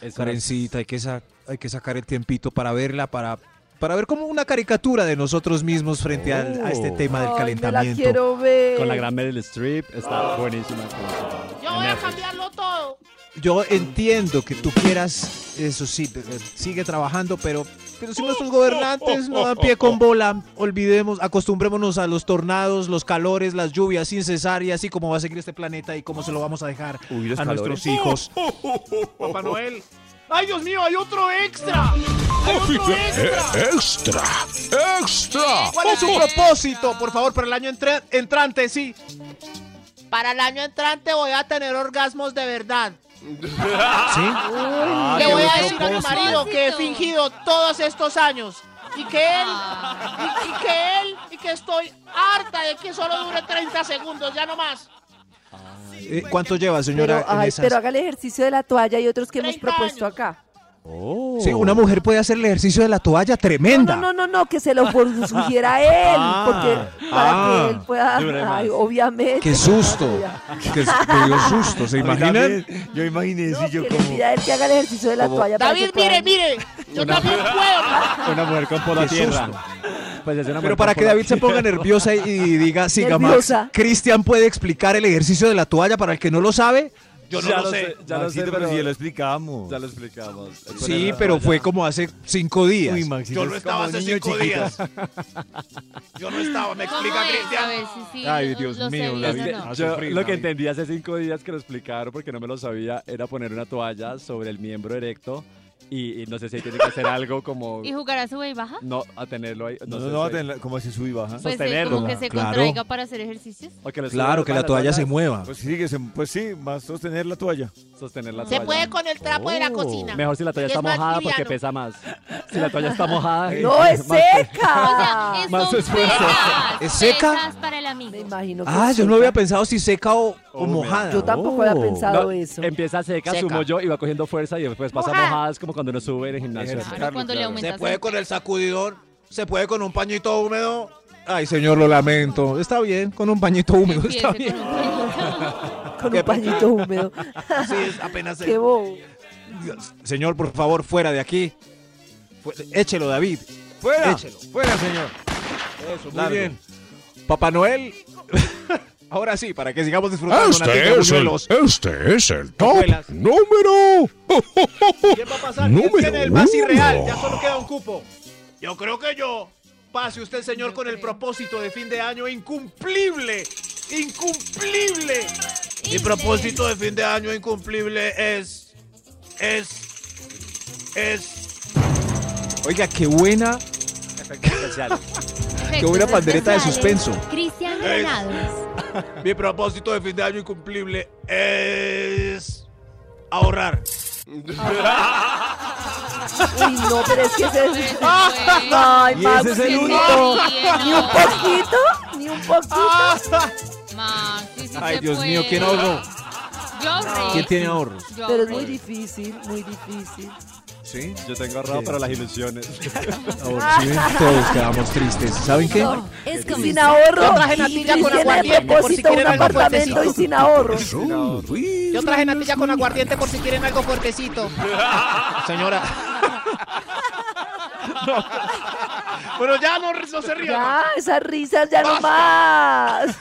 S8: Es una-
S5: Karencita, hay que, sa- hay que sacar el tiempito para verla, para, para ver como una caricatura de nosotros mismos frente al- a este tema del
S7: Oh. Ay, Me la
S5: calentamiento.
S7: quiero ver. Ah.
S8: Con la gran Meryl Streep. Está buenísima. En
S9: Yo voy a
S8: Netflix.
S9: cambiarlo todo.
S5: Yo entiendo que tú quieras, eso sí, pe- pe- sigue trabajando, pero, pero si nuestros gobernantes no dan pie con bola, olvidemos, acostumbrémonos a los tornados, los calores, las lluvias sin cesar y así como va a seguir este planeta y cómo se lo vamos a dejar
S2: Uy,
S5: a
S2: los
S5: nuestros
S2: calores.
S5: hijos.
S7: (laughs)
S9: Papá Noel. ¡Ay, Dios mío! ¡Hay otro extra! ¡Hay otro extra!
S6: ¡Extra! ¡Extra!
S5: ¿Cuál es su propósito, por favor, para el año entre- entrante? Sí.
S9: Para el año entrante voy a tener orgasmos de verdad.
S5: ¿Sí?
S7: Ah,
S9: Le
S5: Ah, qué
S9: voy a
S5: buen
S9: decir a mi
S5: propósito.
S9: marido que he fingido todos estos años y que él y, y que él y que estoy harta de que solo dure 30 segundos, ya no más.
S5: Eh, ¿Cuánto lleva,
S7: Pero,
S5: señora? en
S7: ay,
S5: esas?
S7: pero haga el ejercicio de la toalla y otros que hemos
S9: 30
S7: propuesto acá.
S5: Sí, una mujer puede hacer el ejercicio de la toalla tremenda.
S7: No, no, no, no, que se lo
S5: (laughs)
S7: por- sugiera él, porque para
S5: ah,
S7: que él pueda,
S5: de verdad.
S7: ay, obviamente.
S5: Qué susto. Qué s-
S7: (laughs)
S5: me dio susto, ¿se
S2: A mí
S5: imaginan?
S2: Yo imaginé eso y yo
S7: Que le
S2: como...
S7: pida a él que haga el ejercicio de la
S2: Como-
S7: toalla. para
S9: David,
S7: que pueda-
S9: mire, mire. (laughs) Yo
S8: Una-
S9: también puedo.
S8: Una mujer con por la
S5: Qué
S8: tierra.
S5: susto.
S8: Pues es una mujer
S5: Pero para
S8: con
S5: que
S8: por la
S5: David se ponga
S8: tierra.
S5: nerviosa y, y diga, siga Max,
S8: Nerviosa.
S5: Cristian puede explicar el ejercicio de la toalla para el que no lo sabe.
S2: Yo
S5: no lo sé,
S2: ya lo sé, pero si ya lo explicamos. Ya lo explicamos.
S5: Sí, pero fue como hace cinco días.
S2: Uy, Maxito, Yo lo es estaba como hace niño cinco chiquito. días.
S5: (laughs)
S17: Yo no estaba, me
S3: ¿Cómo
S17: explica
S3: es? A
S17: Cristian.
S3: ver si sí,
S8: Ay,
S3: lo-
S8: Dios
S3: lo sé
S8: mío,
S3: bien o
S8: David.
S3: no.
S8: Yo lo que entendí hace cinco días que lo explicaron porque no me lo sabía era poner una toalla sobre el miembro erecto y, y no sé si ahí tiene que hacer algo como
S3: (laughs) ¿Y jugará sube y baja?
S8: no a tenerlo ahí.
S2: No,
S8: sé
S2: no, no,
S8: si-
S2: ten- como se sube y baja.
S3: Pues eh, como que se contraiga para hacer ejercicios.
S8: O que le
S5: Claro,
S8: suba
S5: que la
S8: para
S5: Pues toalla se
S8: atrás.
S5: mueva.
S2: Pues sí, que se- pues sí, más sostener la toalla.
S8: Sostener la
S9: Se
S8: toalla.
S9: puede con el trapo de la cocina.
S8: Mejor si la toalla
S9: que
S8: está
S9: es más
S8: mojada porque
S9: liviano.
S8: pesa más. Si la toalla está mojada. eh,
S7: No, es
S8: más-
S7: seca.
S3: O sea,
S8: Más
S3: son
S8: esfuerzo.
S3: pesas,
S5: ¿Es seca?
S3: pesas para el amigo. Me
S7: imagino
S5: Ah, yo no había pensado si seca o, o mojada.
S7: Yo tampoco había
S5: Oh.
S7: pensado eso.
S8: Empieza seca,
S7: Seca.
S8: sumo yo y va cogiendo fuerza y después pasa
S7: Mojada.
S8: mojada. Es como cuando uno sube en el gimnasio.
S3: cuando le aumentas
S5: Se puede
S3: el-
S5: con el sacudidor, se puede con un pañito húmedo. Ay, señor, lo lamento. Está bien, con un pañito húmedo,
S3: Empiece
S5: está
S3: con
S5: bien.
S9: (laughs)
S7: Con un pañito húmedo.
S5: Sí, es apenas
S7: Qué bobo.
S5: Señor, por favor, fuera de aquí. Fu- Échelo, David.
S2: ¡Fuera!
S5: Échelo.
S2: ¡Fuera, señor!
S5: Eso, muy
S2: Largo.
S5: bien. Papá Noel. (laughs) Ahora sí, para que sigamos disfrutando una
S4: este,
S5: tinta
S4: es el,
S5: buñuelos.
S4: este es el top
S5: Buñuelas.
S4: número.
S9: ¿Quién va a pasar?
S4: Número
S9: ¿Quién tiene el más
S4: uno.
S9: irreal? Ya solo queda un cupo. Yo creo que yo. Pase usted, señor, con el propósito de fin de año incumplible. Incumplible. Mi propósito de fin de año incumplible es... Es... Es...
S5: Oiga, qué buena, qué buena pandereta de suspenso.
S28: Cristian
S9: Es-
S28: Granados.
S9: (laughs) Mi propósito de fin de año incumplible es... Ahorrar.
S7: Uy, no, pero es que ese es. Ay,
S9: Y ese
S7: Max,
S9: es el
S7: sí,
S9: único.
S7: no.
S9: Sí,
S7: Ni
S9: no.
S7: un poquito, ni un
S9: Ah,
S7: poquito.
S3: Max, sí, sí
S5: Ay,
S3: se
S5: Dios mío,
S3: puede.
S5: ¿quién ahorró?
S3: Yo ahorré.
S5: ¿Quién tiene ahorros?
S7: Pero
S3: Yo
S7: es
S3: ahorré.
S7: muy difícil, muy difícil.
S5: Sí.
S8: Yo tengo ahorrado para las ilusiones.
S5: Ahora sí, todos quedamos tristes. ¿Saben qué?
S7: No,
S28: es
S7: como sin ahorro.
S9: Yo traje natilla
S7: y
S9: con
S7: Cristian
S9: aguardiente,
S7: el
S9: por si
S7: propósito
S9: quieren
S7: un
S9: algo
S7: apartamento y
S9: fuertecito.
S7: sin ahorro.
S9: Yo traje natilla con aguardiente por si quieren algo (laughs) fuertecito. Señora. Bueno, ya no, no se rían.
S7: Ya, esas risas ya no más.